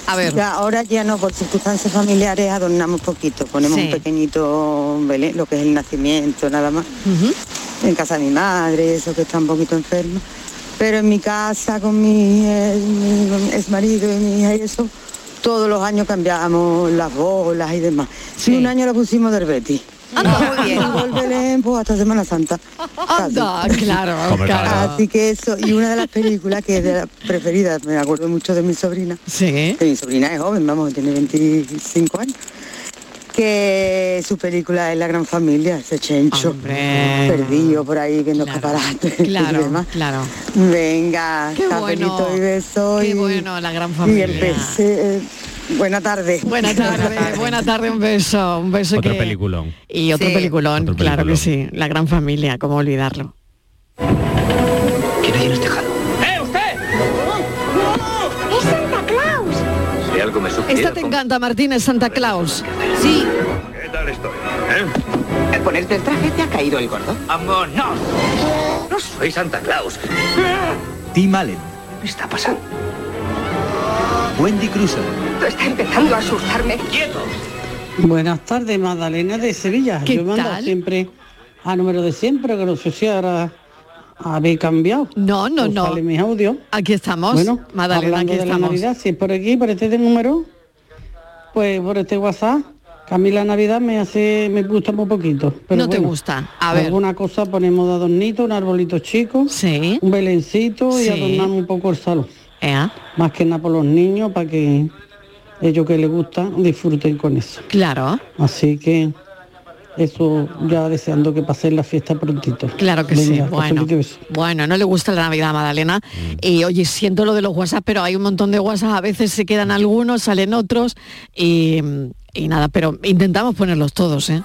[SPEAKER 6] A ver.
[SPEAKER 28] Ya, ahora ya no, por circunstancias familiares adornamos poquito, ponemos
[SPEAKER 6] Sí.
[SPEAKER 28] un pequeñito Belén, lo que es el nacimiento, nada más. En casa de mi madre, eso que está un poquito enfermo. Pero en mi casa con mi, eh, mi ex marido y mi hija y eso, todos los años cambiamos las bolas y demás. Sí, un año lo pusimos del Betty.
[SPEAKER 9] muy bien.
[SPEAKER 28] el Belén, pues hasta Semana Santa.
[SPEAKER 6] Anda, claro,
[SPEAKER 28] Hombre,
[SPEAKER 6] claro.
[SPEAKER 28] Así que eso, y una de las películas que es de las preferidas, me acuerdo mucho de mi sobrina.
[SPEAKER 6] Sí.
[SPEAKER 28] Que mi sobrina es joven, vamos, tiene 25 años. Que su película es La Gran Familia, ese chencho. Perdido por ahí, que no escaparate.
[SPEAKER 6] Claro, claro.
[SPEAKER 28] Venga,
[SPEAKER 6] Qué
[SPEAKER 28] cafelito
[SPEAKER 6] bueno.
[SPEAKER 28] y beso.
[SPEAKER 6] Qué
[SPEAKER 28] y-
[SPEAKER 6] bueno, la gran familia.
[SPEAKER 28] Y empecé, eh, buena tarde.
[SPEAKER 6] Buena
[SPEAKER 28] <laughs>
[SPEAKER 6] tarde, buena tarde, un beso, un beso
[SPEAKER 7] Otro
[SPEAKER 6] que-
[SPEAKER 7] peliculón.
[SPEAKER 6] Y otro
[SPEAKER 7] Sí.
[SPEAKER 6] peliculón,
[SPEAKER 7] Otro
[SPEAKER 6] claro que sí, la gran familia, cómo olvidarlo.
[SPEAKER 15] ¿Quién hay en el tejado?
[SPEAKER 6] ¡Eh, usted!
[SPEAKER 15] ¡Es Santa Claus! Si algo me
[SPEAKER 6] Esta te encanta, Martín, es Santa Claus. Sí.
[SPEAKER 15] ¿Qué tal estoy? Al ponerte el traje te ha caído el gordo. ¡Amor, no! No soy Santa Claus.
[SPEAKER 16] Tim Allen,
[SPEAKER 15] ¿Qué está pasando?
[SPEAKER 16] Wendy Crusoe,
[SPEAKER 15] Esto está empezando a asustarme. ¡Quieto!
[SPEAKER 17] Buenas tardes, Magdalena de Sevilla.
[SPEAKER 15] ¿Qué
[SPEAKER 17] Yo mando
[SPEAKER 15] tal?
[SPEAKER 17] siempre a número de siempre, que no sé si ahora habéis cambiado.
[SPEAKER 6] No, no, no.
[SPEAKER 17] Sale mis audios.
[SPEAKER 6] Aquí estamos,
[SPEAKER 17] Bueno,
[SPEAKER 6] Madalena,
[SPEAKER 17] hablando
[SPEAKER 6] aquí
[SPEAKER 17] de
[SPEAKER 6] estamos.
[SPEAKER 17] la Navidad, si es por aquí, por este número, pues por este WhatsApp, que a mí la Navidad me hace, me gusta muy poquito. Pero
[SPEAKER 6] No te
[SPEAKER 17] bueno,
[SPEAKER 6] gusta. A ver.
[SPEAKER 17] Alguna cosa ponemos de adornito, un arbolito chico, un belencito y
[SPEAKER 6] Sí.
[SPEAKER 17] adornamos un poco el salón.
[SPEAKER 6] Ea.
[SPEAKER 17] Más que nada por los niños, para que ellos que les gusta disfruten con eso.
[SPEAKER 6] Claro.
[SPEAKER 17] Así que eso ya deseando que pasen la fiesta prontito.
[SPEAKER 6] Claro que sí,
[SPEAKER 17] Venga,
[SPEAKER 6] bueno.
[SPEAKER 17] cafelito y besos.
[SPEAKER 6] Bueno, no le gusta la Navidad a Madalena.
[SPEAKER 7] Mm.
[SPEAKER 6] Y oye, siento lo de los WhatsApp, pero hay un montón de WhatsApp, a veces se quedan algunos, salen otros y, y nada, pero intentamos ponerlos todos, ¿eh?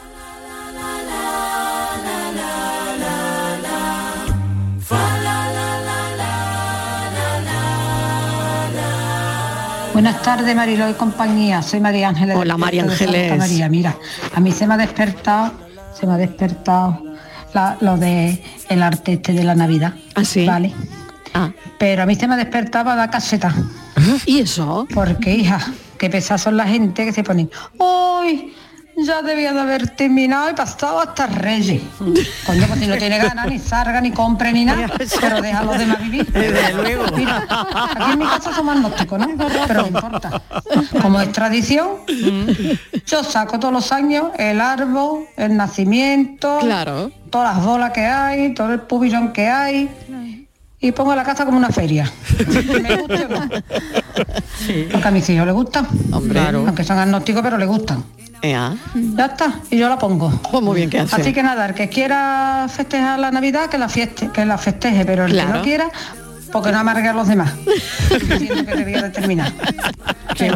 [SPEAKER 29] Buenas tardes, Mariló y compañía. Soy María Ángeles.
[SPEAKER 6] Hola,
[SPEAKER 29] del
[SPEAKER 6] María
[SPEAKER 29] Puerto de Santa
[SPEAKER 6] Ángeles.
[SPEAKER 29] María, mira, a mí se me ha despertado, se me ha despertado la- lo de el arte este de la Navidad.
[SPEAKER 6] Así.
[SPEAKER 29] Vale. Pero a mí se me despertaba la caseta.
[SPEAKER 6] Ah. ¿Y eso?
[SPEAKER 29] Porque, hija, qué pesadas son la gente que se ponen, ¡Uy! Ya debía de haber terminado y pasado
[SPEAKER 6] <laughs>
[SPEAKER 29] hasta Reyes. Cuando pues, si no tiene ganas, ni salga, ni compre, ni nada, <laughs> pero deja a los demás
[SPEAKER 22] <laughs>
[SPEAKER 29] vivir.
[SPEAKER 22] Desde luego.
[SPEAKER 29] Mira, aquí en mi casa somos agnósticos, ¿no? Pero no importa. Como es tradición, yo saco todos los años el árbol, el nacimiento,
[SPEAKER 6] Claro.
[SPEAKER 29] todas las bolas que hay, todo el pubillón que hay, y pongo la casa como una feria. Porque a mis hijos les gustan. Aunque sean agnósticos, pero les gustan.
[SPEAKER 6] Ea.
[SPEAKER 29] Ya está, y yo la pongo.
[SPEAKER 6] Pues muy bien que hace.
[SPEAKER 29] Así que nada, el que quiera festejar la Navidad, que la fieste, que la festeje, pero el que
[SPEAKER 6] Claro.
[SPEAKER 29] no quiera, porque no amargue a los demás. Entiendo que debía de terminar.
[SPEAKER 8] Tienes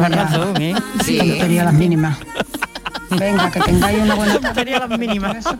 [SPEAKER 29] Pero ya,
[SPEAKER 8] razón, ¿eh?
[SPEAKER 29] tontería a las mínimas. Venga, que tengáis una buena tarde.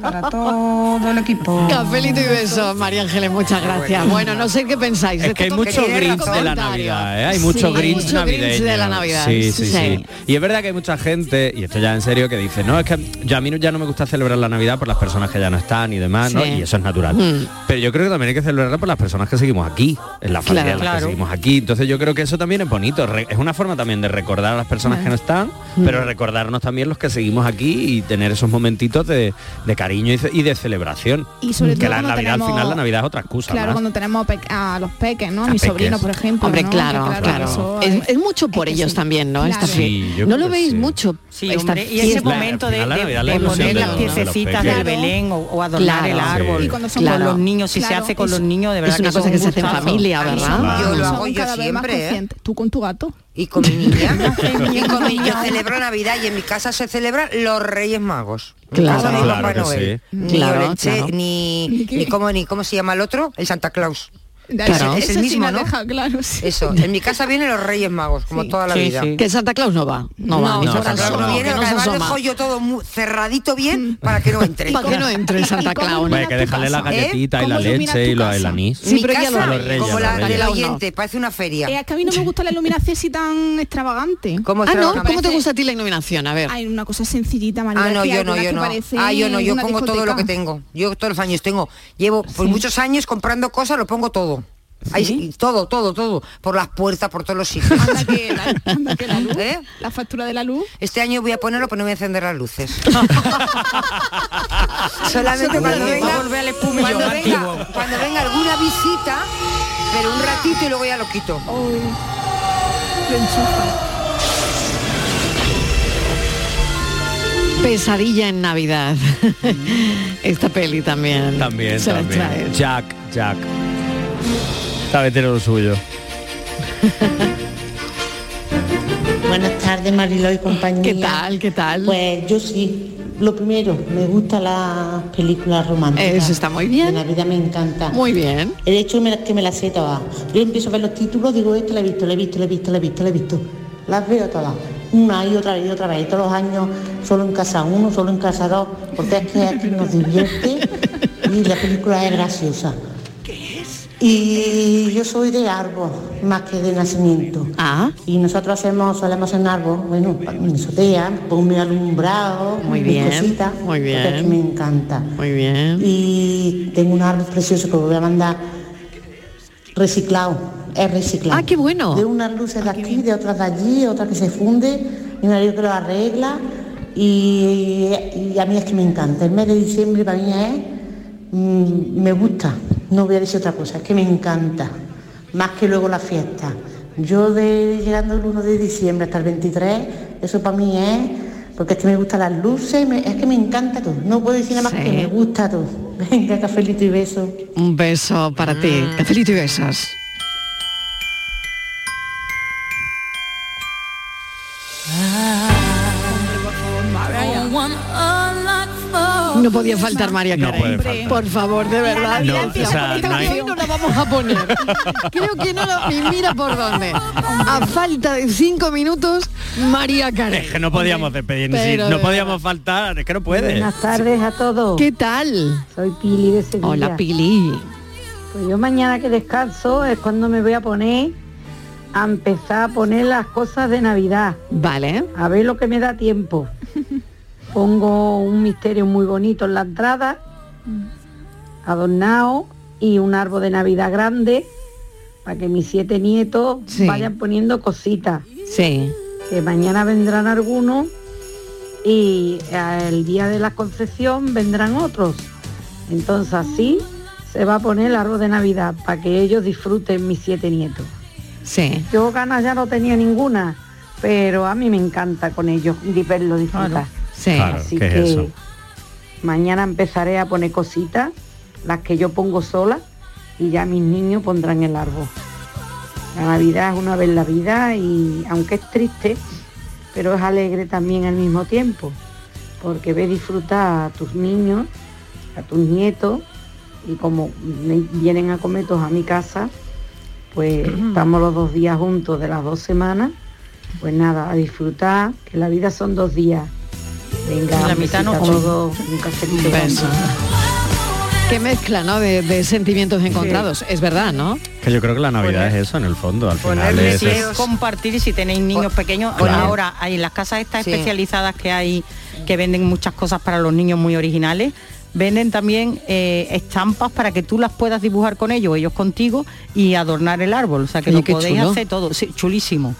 [SPEAKER 29] para todo el equipo.
[SPEAKER 6] Cafelito y beso, María Ángeles,
[SPEAKER 8] Ah,
[SPEAKER 6] muchas gracias. Bueno, no sé qué pensáis.
[SPEAKER 7] Es que hay mucho
[SPEAKER 6] gris
[SPEAKER 7] grins de la Navidad, ¿eh? hay mucho gris
[SPEAKER 6] gris de la Navidad.
[SPEAKER 7] Sí, sí, sí,
[SPEAKER 6] Sí.
[SPEAKER 7] Y es verdad que hay mucha gente, y esto ya en serio, que dice, no, es que yo a mí no- ya no me gusta celebrar la Navidad por las personas que ya no están y demás, ¿no?
[SPEAKER 21] Sí.
[SPEAKER 7] Y eso es natural.
[SPEAKER 21] Mm.
[SPEAKER 7] Pero yo creo que también hay que celebrarla por las personas que seguimos aquí, en la familia
[SPEAKER 21] Claro.
[SPEAKER 7] en la
[SPEAKER 21] Claro.
[SPEAKER 7] que seguimos aquí. Entonces yo creo que eso también es bonito. re- Es una forma también de recordar a las personas que no están, pero recordarnos también los que seguimos aquí y tener esos momentitos de, de cariño y, ce- y de celebración.
[SPEAKER 12] Y sobre
[SPEAKER 7] que
[SPEAKER 12] todo
[SPEAKER 7] la
[SPEAKER 12] cuando
[SPEAKER 7] Navidad al final
[SPEAKER 12] tenemos-
[SPEAKER 7] la Navidad es otra excusa.
[SPEAKER 12] Claro,
[SPEAKER 7] más.
[SPEAKER 12] cuando tenemos pe- a los peques, ¿no? A
[SPEAKER 7] A
[SPEAKER 12] mi
[SPEAKER 7] peques.
[SPEAKER 12] sobrino, por ejemplo.
[SPEAKER 6] Hombre,
[SPEAKER 12] ¿no?
[SPEAKER 6] claro,
[SPEAKER 12] Que
[SPEAKER 6] claro.
[SPEAKER 12] eso
[SPEAKER 6] Es, es mucho por ellos también, ¿no? Esta
[SPEAKER 12] Claro.
[SPEAKER 6] fe-
[SPEAKER 12] Sí, yo
[SPEAKER 6] no
[SPEAKER 12] creo
[SPEAKER 6] lo
[SPEAKER 12] que
[SPEAKER 6] veis
[SPEAKER 12] sí.
[SPEAKER 6] mucho.
[SPEAKER 8] Sí,
[SPEAKER 6] esta
[SPEAKER 8] hombre, y ese
[SPEAKER 6] fiesta.
[SPEAKER 8] momento de,
[SPEAKER 7] final la
[SPEAKER 8] de-
[SPEAKER 7] Navidad es la
[SPEAKER 8] de
[SPEAKER 7] ilusión
[SPEAKER 8] poner
[SPEAKER 7] de
[SPEAKER 8] las
[SPEAKER 7] los- de los
[SPEAKER 8] piececitas
[SPEAKER 7] peques.
[SPEAKER 8] del Belén o, o adornar el
[SPEAKER 7] Claro.
[SPEAKER 8] árbol
[SPEAKER 7] Sí.
[SPEAKER 8] con
[SPEAKER 7] Y cuando
[SPEAKER 8] los
[SPEAKER 7] son Claro.
[SPEAKER 8] niños, si se
[SPEAKER 7] Claro.
[SPEAKER 8] hace con los niños, de
[SPEAKER 6] Es
[SPEAKER 8] verdad
[SPEAKER 6] una
[SPEAKER 8] que son
[SPEAKER 6] cosa que
[SPEAKER 8] un
[SPEAKER 6] se hace en
[SPEAKER 8] gustazo.
[SPEAKER 6] familia,
[SPEAKER 8] Ay,
[SPEAKER 6] ¿verdad?
[SPEAKER 8] son-
[SPEAKER 9] Yo lo
[SPEAKER 12] Son
[SPEAKER 9] hago yo
[SPEAKER 12] cada vez más
[SPEAKER 9] siempre, ¿eh?
[SPEAKER 12] conscientes. Tú con tu gato.
[SPEAKER 9] Y con mi
[SPEAKER 6] <laughs>
[SPEAKER 9] niña. y con mi niña celebro Navidad y en mi casa se celebran los Reyes Magos. En
[SPEAKER 6] Claro.
[SPEAKER 9] casa no hay
[SPEAKER 6] Claro
[SPEAKER 9] Papá
[SPEAKER 6] que
[SPEAKER 9] Noel.
[SPEAKER 6] sí.
[SPEAKER 9] Ni
[SPEAKER 6] Claro,
[SPEAKER 9] Olenche,
[SPEAKER 6] claro.
[SPEAKER 9] ni,
[SPEAKER 6] qué?
[SPEAKER 9] ni cómo ni cómo se llama el otro, el Santa Claus.
[SPEAKER 6] Claro.
[SPEAKER 9] Es, es
[SPEAKER 6] Ese
[SPEAKER 9] el
[SPEAKER 6] sí
[SPEAKER 9] mismo,
[SPEAKER 6] la
[SPEAKER 9] ¿no?
[SPEAKER 6] deja,
[SPEAKER 9] Eso. En mi casa vienen los Reyes Magos, como toda la vida.
[SPEAKER 6] Que Santa Claus no va. No, va.
[SPEAKER 9] No,
[SPEAKER 6] ni
[SPEAKER 9] no,
[SPEAKER 6] por
[SPEAKER 9] Santa Claus
[SPEAKER 6] asomo,
[SPEAKER 9] no viene,
[SPEAKER 6] que no se
[SPEAKER 9] además
[SPEAKER 6] asoma.
[SPEAKER 9] dejo yo todo mu- cerradito
[SPEAKER 6] Mm.
[SPEAKER 9] bien para
[SPEAKER 6] <laughs>
[SPEAKER 9] que no entre.
[SPEAKER 6] Para que no entre el Santa Claus.
[SPEAKER 7] Hombre, que dejarle la galletita y la leche y lo, el anís.
[SPEAKER 9] Sí, mi
[SPEAKER 7] A
[SPEAKER 9] casa,
[SPEAKER 7] los reyes,
[SPEAKER 9] como
[SPEAKER 7] a los
[SPEAKER 9] la
[SPEAKER 7] reyes.
[SPEAKER 9] del oyente, parece una feria.
[SPEAKER 12] Eh, es que a mí no me gusta la iluminación así tan extravagante.
[SPEAKER 9] ¿Cómo
[SPEAKER 6] Ah, no, ¿cómo te gusta a ti la iluminación? A ver.
[SPEAKER 12] Hay una cosa sencillita, María.
[SPEAKER 9] Ah, no,
[SPEAKER 12] que hay
[SPEAKER 9] yo no,
[SPEAKER 12] algunas
[SPEAKER 9] yo
[SPEAKER 12] que
[SPEAKER 9] no.
[SPEAKER 12] parece
[SPEAKER 9] Ah, yo no, yo
[SPEAKER 12] una
[SPEAKER 9] pongo todo lo que
[SPEAKER 12] discoteca.
[SPEAKER 9] tengo. Yo todos los años tengo. Llevo pues, muchos años comprando cosas, lo pongo todo. Ahí sí, todo, todo, todo. Por las puertas, por todos los sitios. <laughs> ¿Eh?
[SPEAKER 12] La factura de la luz.
[SPEAKER 9] Este año voy a ponerlo, pero no voy a encender
[SPEAKER 12] <laughs>
[SPEAKER 9] las luces.
[SPEAKER 12] Eso
[SPEAKER 9] Solamente
[SPEAKER 12] te
[SPEAKER 9] cuando
[SPEAKER 12] va a
[SPEAKER 9] venga,
[SPEAKER 12] volver al espumillón
[SPEAKER 9] cuando
[SPEAKER 12] antiguo.
[SPEAKER 9] venga, cuando venga alguna visita, pero un ratito y luego ya lo quito.
[SPEAKER 6] Pesadilla en Navidad. <laughs> Esta peli también.
[SPEAKER 7] También,
[SPEAKER 6] se las
[SPEAKER 7] también.
[SPEAKER 6] trae.
[SPEAKER 7] Jack, Jack. Sabe tener lo suyo.
[SPEAKER 22] Buenas tardes, Mariló y compañía. ¿Qué tal?
[SPEAKER 6] ¿Qué tal?
[SPEAKER 22] Pues yo sí. Lo primero, me gustan las películas románticas.
[SPEAKER 6] Eso está muy bien.
[SPEAKER 22] De Navidad me encanta.
[SPEAKER 6] Muy bien.
[SPEAKER 22] El hecho que me, la- que me las sé todas. Yo empiezo a ver los títulos, digo, esta la he visto, la he visto, la he visto, la he visto, la he visto. Las veo todas. Una y otra vez y otra vez. Y todos los años solo en casa uno, solo en casa dos. Porque es que aquí nos divierte y la película es graciosa. Y yo soy de árbol, más que de nacimiento.
[SPEAKER 6] Ah.
[SPEAKER 22] Y nosotros hacemos, solemos en árbol, bueno, mi azotea, pongo mi alumbrado,
[SPEAKER 6] Muy
[SPEAKER 22] mis
[SPEAKER 6] bien,
[SPEAKER 22] cositas,
[SPEAKER 6] muy
[SPEAKER 22] porque
[SPEAKER 6] bien.
[SPEAKER 22] aquí me encanta.
[SPEAKER 6] Muy bien.
[SPEAKER 22] Y tengo un árbol precioso que voy a mandar
[SPEAKER 9] ¿eh?
[SPEAKER 22] reciclado, es reciclado.
[SPEAKER 6] Ah, qué bueno. Ah,
[SPEAKER 22] De unas luces de aquí, de otras de allí, otras que se funde, y un marido que lo arregla. Y, y a mí es que me encanta. El mes de diciembre para mí es Mm, me gusta, no voy a decir otra cosa, es que me encanta, más que luego la fiesta. Yo de llegando el 1 de diciembre hasta el 23, eso para mí es, porque es que me gustan las luces, me- es que me encanta todo, no puedo decir nada más que me gusta todo. <laughs> Venga, cafelito y beso.
[SPEAKER 6] Un beso para ti. Cafelito y besos. No podía faltar María
[SPEAKER 7] No
[SPEAKER 6] Carey.
[SPEAKER 7] puede faltar.
[SPEAKER 6] Por favor, de verdad.
[SPEAKER 7] No,
[SPEAKER 6] Mira,
[SPEAKER 7] o sea,
[SPEAKER 6] esta
[SPEAKER 7] no hay-
[SPEAKER 6] canción no la vamos a poner. Creo que no la... Y mira por dónde. A falta de cinco minutos, María Carey.
[SPEAKER 7] Es que no podíamos despedirnos,
[SPEAKER 6] Pero
[SPEAKER 7] no
[SPEAKER 6] de
[SPEAKER 7] podíamos faltar, es que no puede.
[SPEAKER 10] Buenas tardes a todos.
[SPEAKER 6] ¿Qué tal?
[SPEAKER 10] Soy Pili de Sevilla.
[SPEAKER 6] Hola, Pili.
[SPEAKER 10] Pues yo mañana que descanso es cuando me voy a poner a empezar a poner las cosas de Navidad.
[SPEAKER 6] Vale.
[SPEAKER 10] A ver lo que me
[SPEAKER 6] <laughs>
[SPEAKER 10] da tiempo. Pongo un misterio muy bonito en la entrada, adornado y un árbol de Navidad grande para que mis siete nietos
[SPEAKER 6] Sí.
[SPEAKER 10] vayan poniendo cositas.
[SPEAKER 6] Sí.
[SPEAKER 10] que mañana vendrán algunos y eh, el día de la concepción vendrán otros. Entonces así se va a poner el árbol de Navidad para que ellos disfruten mis siete nietos.
[SPEAKER 6] Sí.
[SPEAKER 10] Yo ganas ya no tenía ninguna, pero a mí me encanta con ellos di- verlo disfrutar.
[SPEAKER 6] Sí.
[SPEAKER 10] Claro, Así ¿qué es que- eso? Mañana empezaré a poner cositas, las que yo pongo sola, y ya mis niños pondrán el árbol. La Navidad es una vez en la vida y aunque es triste, pero es alegre también al mismo tiempo, porque ves disfrutar a tus niños, a tus nietos, y como me- vienen a comer todos a mi casa,
[SPEAKER 8] <clears throat>
[SPEAKER 10] pues estamos los dos días juntos de las dos semanas, pues nada, a disfrutar, que la vida son dos días
[SPEAKER 13] Venga,
[SPEAKER 8] La
[SPEAKER 13] un
[SPEAKER 8] mitad no
[SPEAKER 13] besito a
[SPEAKER 8] como-
[SPEAKER 13] todos, un cafelito.
[SPEAKER 6] Un beso. Qué mezcla, ¿no? De, de sentimientos encontrados. Es verdad, ¿no?
[SPEAKER 7] Que yo creo que la Navidad es eso en el fondo, al final
[SPEAKER 8] Ponerle
[SPEAKER 7] es,
[SPEAKER 8] deseos. compartir y si tenéis niños pequeños
[SPEAKER 7] Pues, Claro.
[SPEAKER 8] ahora hay en las casas estas
[SPEAKER 7] Sí.
[SPEAKER 8] especializadas que hay que venden muchas cosas para los niños muy originales venden también eh, estampas para que tú las puedas dibujar con ellos ellos contigo y adornar el árbol o sea que
[SPEAKER 7] Oye,
[SPEAKER 8] lo
[SPEAKER 7] qué
[SPEAKER 8] podéis
[SPEAKER 7] chulo.
[SPEAKER 8] hacer todo Sí, chulísimo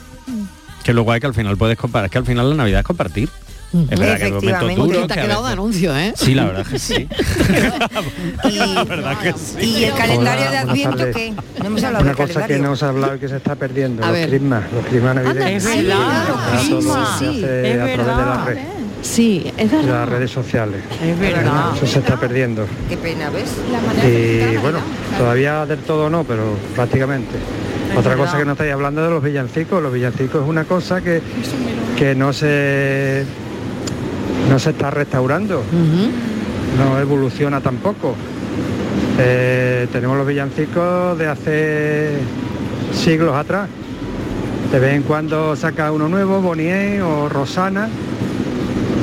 [SPEAKER 7] que lo guay que al final puedes comparar, es que al final la Navidad es compartir. Es verdad que es un momento duro.
[SPEAKER 6] te ha
[SPEAKER 7] que a
[SPEAKER 6] quedado de
[SPEAKER 7] veces-
[SPEAKER 6] anuncio, ¿eh?
[SPEAKER 7] Sí, la verdad es que sí.
[SPEAKER 30] <laughs>
[SPEAKER 7] la verdad que sí.
[SPEAKER 9] Y el calendario
[SPEAKER 30] Hola,
[SPEAKER 9] de
[SPEAKER 30] buenas
[SPEAKER 9] Adviento
[SPEAKER 30] tardes.
[SPEAKER 9] que no hemos hablado
[SPEAKER 30] Una
[SPEAKER 9] del
[SPEAKER 30] cosa que
[SPEAKER 9] calendario.
[SPEAKER 30] no se ha hablado y que se está perdiendo,
[SPEAKER 9] A
[SPEAKER 30] los
[SPEAKER 9] ver.
[SPEAKER 30] crismas, los crismas
[SPEAKER 9] Anda,
[SPEAKER 30] navideños.
[SPEAKER 9] es verdad, los
[SPEAKER 30] Ahora todo
[SPEAKER 9] crismas.
[SPEAKER 30] se
[SPEAKER 9] Sí,
[SPEAKER 30] hace
[SPEAKER 9] es
[SPEAKER 30] a través de
[SPEAKER 9] verdad.
[SPEAKER 30] la red,
[SPEAKER 6] Sí, es
[SPEAKER 30] de
[SPEAKER 6] verdad.
[SPEAKER 30] las redes sociales.
[SPEAKER 8] Es
[SPEAKER 9] verdad.
[SPEAKER 30] Eso se está perdiendo.
[SPEAKER 9] Qué pena, ¿ves?
[SPEAKER 30] Y bueno, todavía del todo no, pero prácticamente. Otra
[SPEAKER 9] verdad.
[SPEAKER 30] cosa que no estáis hablando de los villancicos. Los villancicos es una cosa que, que no se no se está restaurando. No evoluciona tampoco. Eh, tenemos los villancicos de hace siglos atrás. De vez en cuando saca uno nuevo, Bonier o Rosana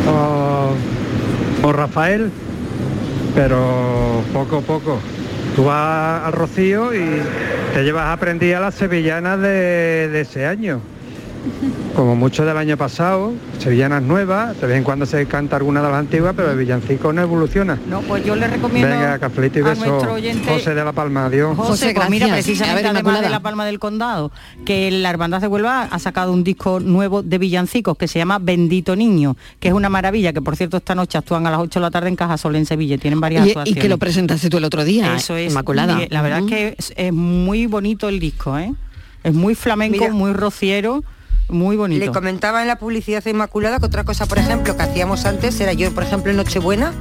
[SPEAKER 30] o, o Rafael, pero poco a poco. Tú vas al Rocío y te llevas aprendida las sevillanas de, de ese año. Como mucho del año pasado, sevillanas nuevas, de vez en cuando se canta alguna de las antiguas, pero el villancico no evoluciona.
[SPEAKER 8] No, pues yo le recomiendo
[SPEAKER 30] Venga, cafelito y
[SPEAKER 8] a
[SPEAKER 30] beso.
[SPEAKER 8] nuestro oyente-
[SPEAKER 30] José de la Palma, adiós.
[SPEAKER 8] José, pues mira,
[SPEAKER 30] A ver,
[SPEAKER 8] precisamente además de
[SPEAKER 30] Inmaculada.
[SPEAKER 8] la Palma del Condado, que la Hermandad de Huelva ha sacado un disco nuevo de villancicos que se llama Bendito Niño, que es una maravilla, que por cierto esta noche actúan a las 8 de la tarde en Cajasol en Sevilla, y tienen varias
[SPEAKER 6] Y- y
[SPEAKER 8] actuaciones.
[SPEAKER 6] que lo presentaste tú el otro día,
[SPEAKER 8] Eso
[SPEAKER 6] eh,
[SPEAKER 8] es,
[SPEAKER 6] Inmaculada.
[SPEAKER 8] y la verdad
[SPEAKER 6] Ujú.
[SPEAKER 8] es que es, es muy bonito el disco, ¿eh? Es muy flamenco,
[SPEAKER 9] Mira.
[SPEAKER 8] muy rociero, muy bonito.
[SPEAKER 9] Le comentaba en la publicidad Inmaculada que otra cosa, por ejemplo, que hacíamos antes era yo, por ejemplo, en Nochebuena,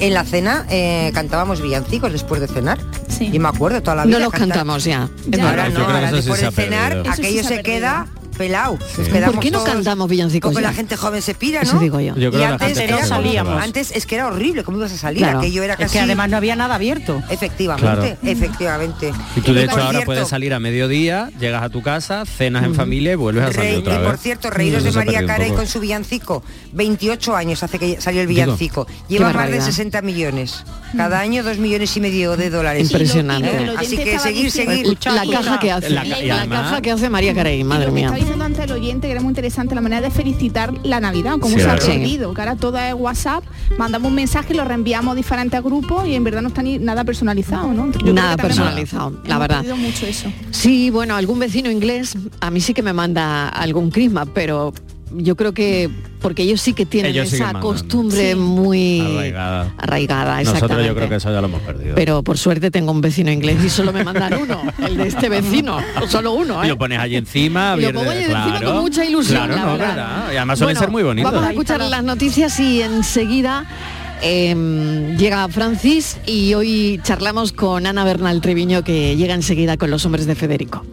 [SPEAKER 9] en la cena eh, cantábamos villancicos después de cenar. Y me acuerdo toda la vida.
[SPEAKER 6] No los
[SPEAKER 9] cantar.
[SPEAKER 6] cantamos ya.
[SPEAKER 9] Ya.
[SPEAKER 6] Es
[SPEAKER 9] Ahora
[SPEAKER 6] verdad.
[SPEAKER 9] no, ahora
[SPEAKER 6] Eso sí
[SPEAKER 9] después
[SPEAKER 6] se
[SPEAKER 9] de
[SPEAKER 6] ha
[SPEAKER 9] cenar,
[SPEAKER 6] perdido. Eso sí
[SPEAKER 9] aquello
[SPEAKER 6] se ha
[SPEAKER 9] se queda pelado. Nos quedamos
[SPEAKER 6] ¿Por qué no
[SPEAKER 9] todos-
[SPEAKER 6] cantamos villancicos
[SPEAKER 9] Porque
[SPEAKER 6] ya?
[SPEAKER 9] la gente joven se pira, ¿no?
[SPEAKER 6] Eso digo yo. Yo creo
[SPEAKER 9] y
[SPEAKER 6] que la
[SPEAKER 9] antes,
[SPEAKER 6] gente
[SPEAKER 9] era
[SPEAKER 6] joven se
[SPEAKER 9] salíamos.
[SPEAKER 6] va.
[SPEAKER 9] antes es que era horrible, ¿cómo ibas a salir?
[SPEAKER 6] Claro.
[SPEAKER 9] Aquello era
[SPEAKER 6] Es
[SPEAKER 9] casi...
[SPEAKER 6] que además
[SPEAKER 8] no había nada abierto.
[SPEAKER 9] Efectivamente,
[SPEAKER 7] Claro.
[SPEAKER 9] efectivamente.
[SPEAKER 7] Y tú de hecho
[SPEAKER 9] por
[SPEAKER 7] ahora
[SPEAKER 9] cierto,
[SPEAKER 7] puedes salir a mediodía, llegas a tu casa, cenas en familia y vuelves a salir
[SPEAKER 9] Rey-
[SPEAKER 7] otra
[SPEAKER 9] y
[SPEAKER 7] vez.
[SPEAKER 9] eh, por cierto, reíros de
[SPEAKER 7] Eso se ha
[SPEAKER 9] María
[SPEAKER 7] perdido un
[SPEAKER 9] Carey
[SPEAKER 7] poco.
[SPEAKER 9] con su villancico. 28 años hace que salió el
[SPEAKER 7] Digo,
[SPEAKER 9] villancico.
[SPEAKER 7] qué
[SPEAKER 9] Lleva más de
[SPEAKER 7] barbaridad.
[SPEAKER 9] 60 millones. Cada año 2 millones y medio de dólares.
[SPEAKER 6] Impresionante.
[SPEAKER 9] ¿Eh? Así que seguir, seguir.
[SPEAKER 6] La caja que hace. La, caja que hace María Carey, madre
[SPEAKER 12] lo que
[SPEAKER 6] mía.
[SPEAKER 12] estaba diciendo antes el oyente que era muy interesante la manera de felicitar la Navidad, como
[SPEAKER 6] Sí,
[SPEAKER 12] se ha
[SPEAKER 6] claro.
[SPEAKER 12] perdido, que ahora todo es WhatsApp, mandamos un mensaje, lo reenviamos a diferentes grupos y en verdad no está ni nada personalizado, ¿no? Yo creo que
[SPEAKER 6] Nada
[SPEAKER 12] también hemos-
[SPEAKER 6] personalizado, la
[SPEAKER 12] hemos
[SPEAKER 6] verdad.
[SPEAKER 12] perdido mucho eso.
[SPEAKER 6] Sí, bueno, algún vecino inglés a mí sí que me manda algún crisma, pero yo creo que porque ellos sí que tienen
[SPEAKER 7] Ellos sí que
[SPEAKER 6] esa
[SPEAKER 7] mandan.
[SPEAKER 6] costumbre muy
[SPEAKER 7] Arraigada.
[SPEAKER 6] arraigada,
[SPEAKER 7] Nosotros yo creo
[SPEAKER 6] exactamente.
[SPEAKER 7] que eso ya lo hemos perdido.
[SPEAKER 6] Pero por suerte tengo un vecino inglés y solo me
[SPEAKER 7] <laughs>
[SPEAKER 6] mandan uno, el de este vecino, <laughs> solo uno,
[SPEAKER 7] Y
[SPEAKER 6] ¿eh?
[SPEAKER 7] lo pones allí
[SPEAKER 6] Y
[SPEAKER 7] encima,
[SPEAKER 6] lo
[SPEAKER 7] viernes-
[SPEAKER 6] pongo allí encima
[SPEAKER 7] claro,
[SPEAKER 6] con mucha ilusión,
[SPEAKER 7] Claro,
[SPEAKER 6] la
[SPEAKER 7] no,
[SPEAKER 6] verdad.
[SPEAKER 7] Y además suelen
[SPEAKER 6] Bueno,
[SPEAKER 7] ser muy bonitos.
[SPEAKER 6] Vamos a escuchar las noticias y enseguida eh, llega Francis y hoy charlamos con Ana Bernal Treviño que llega enseguida con los hombres de Federico.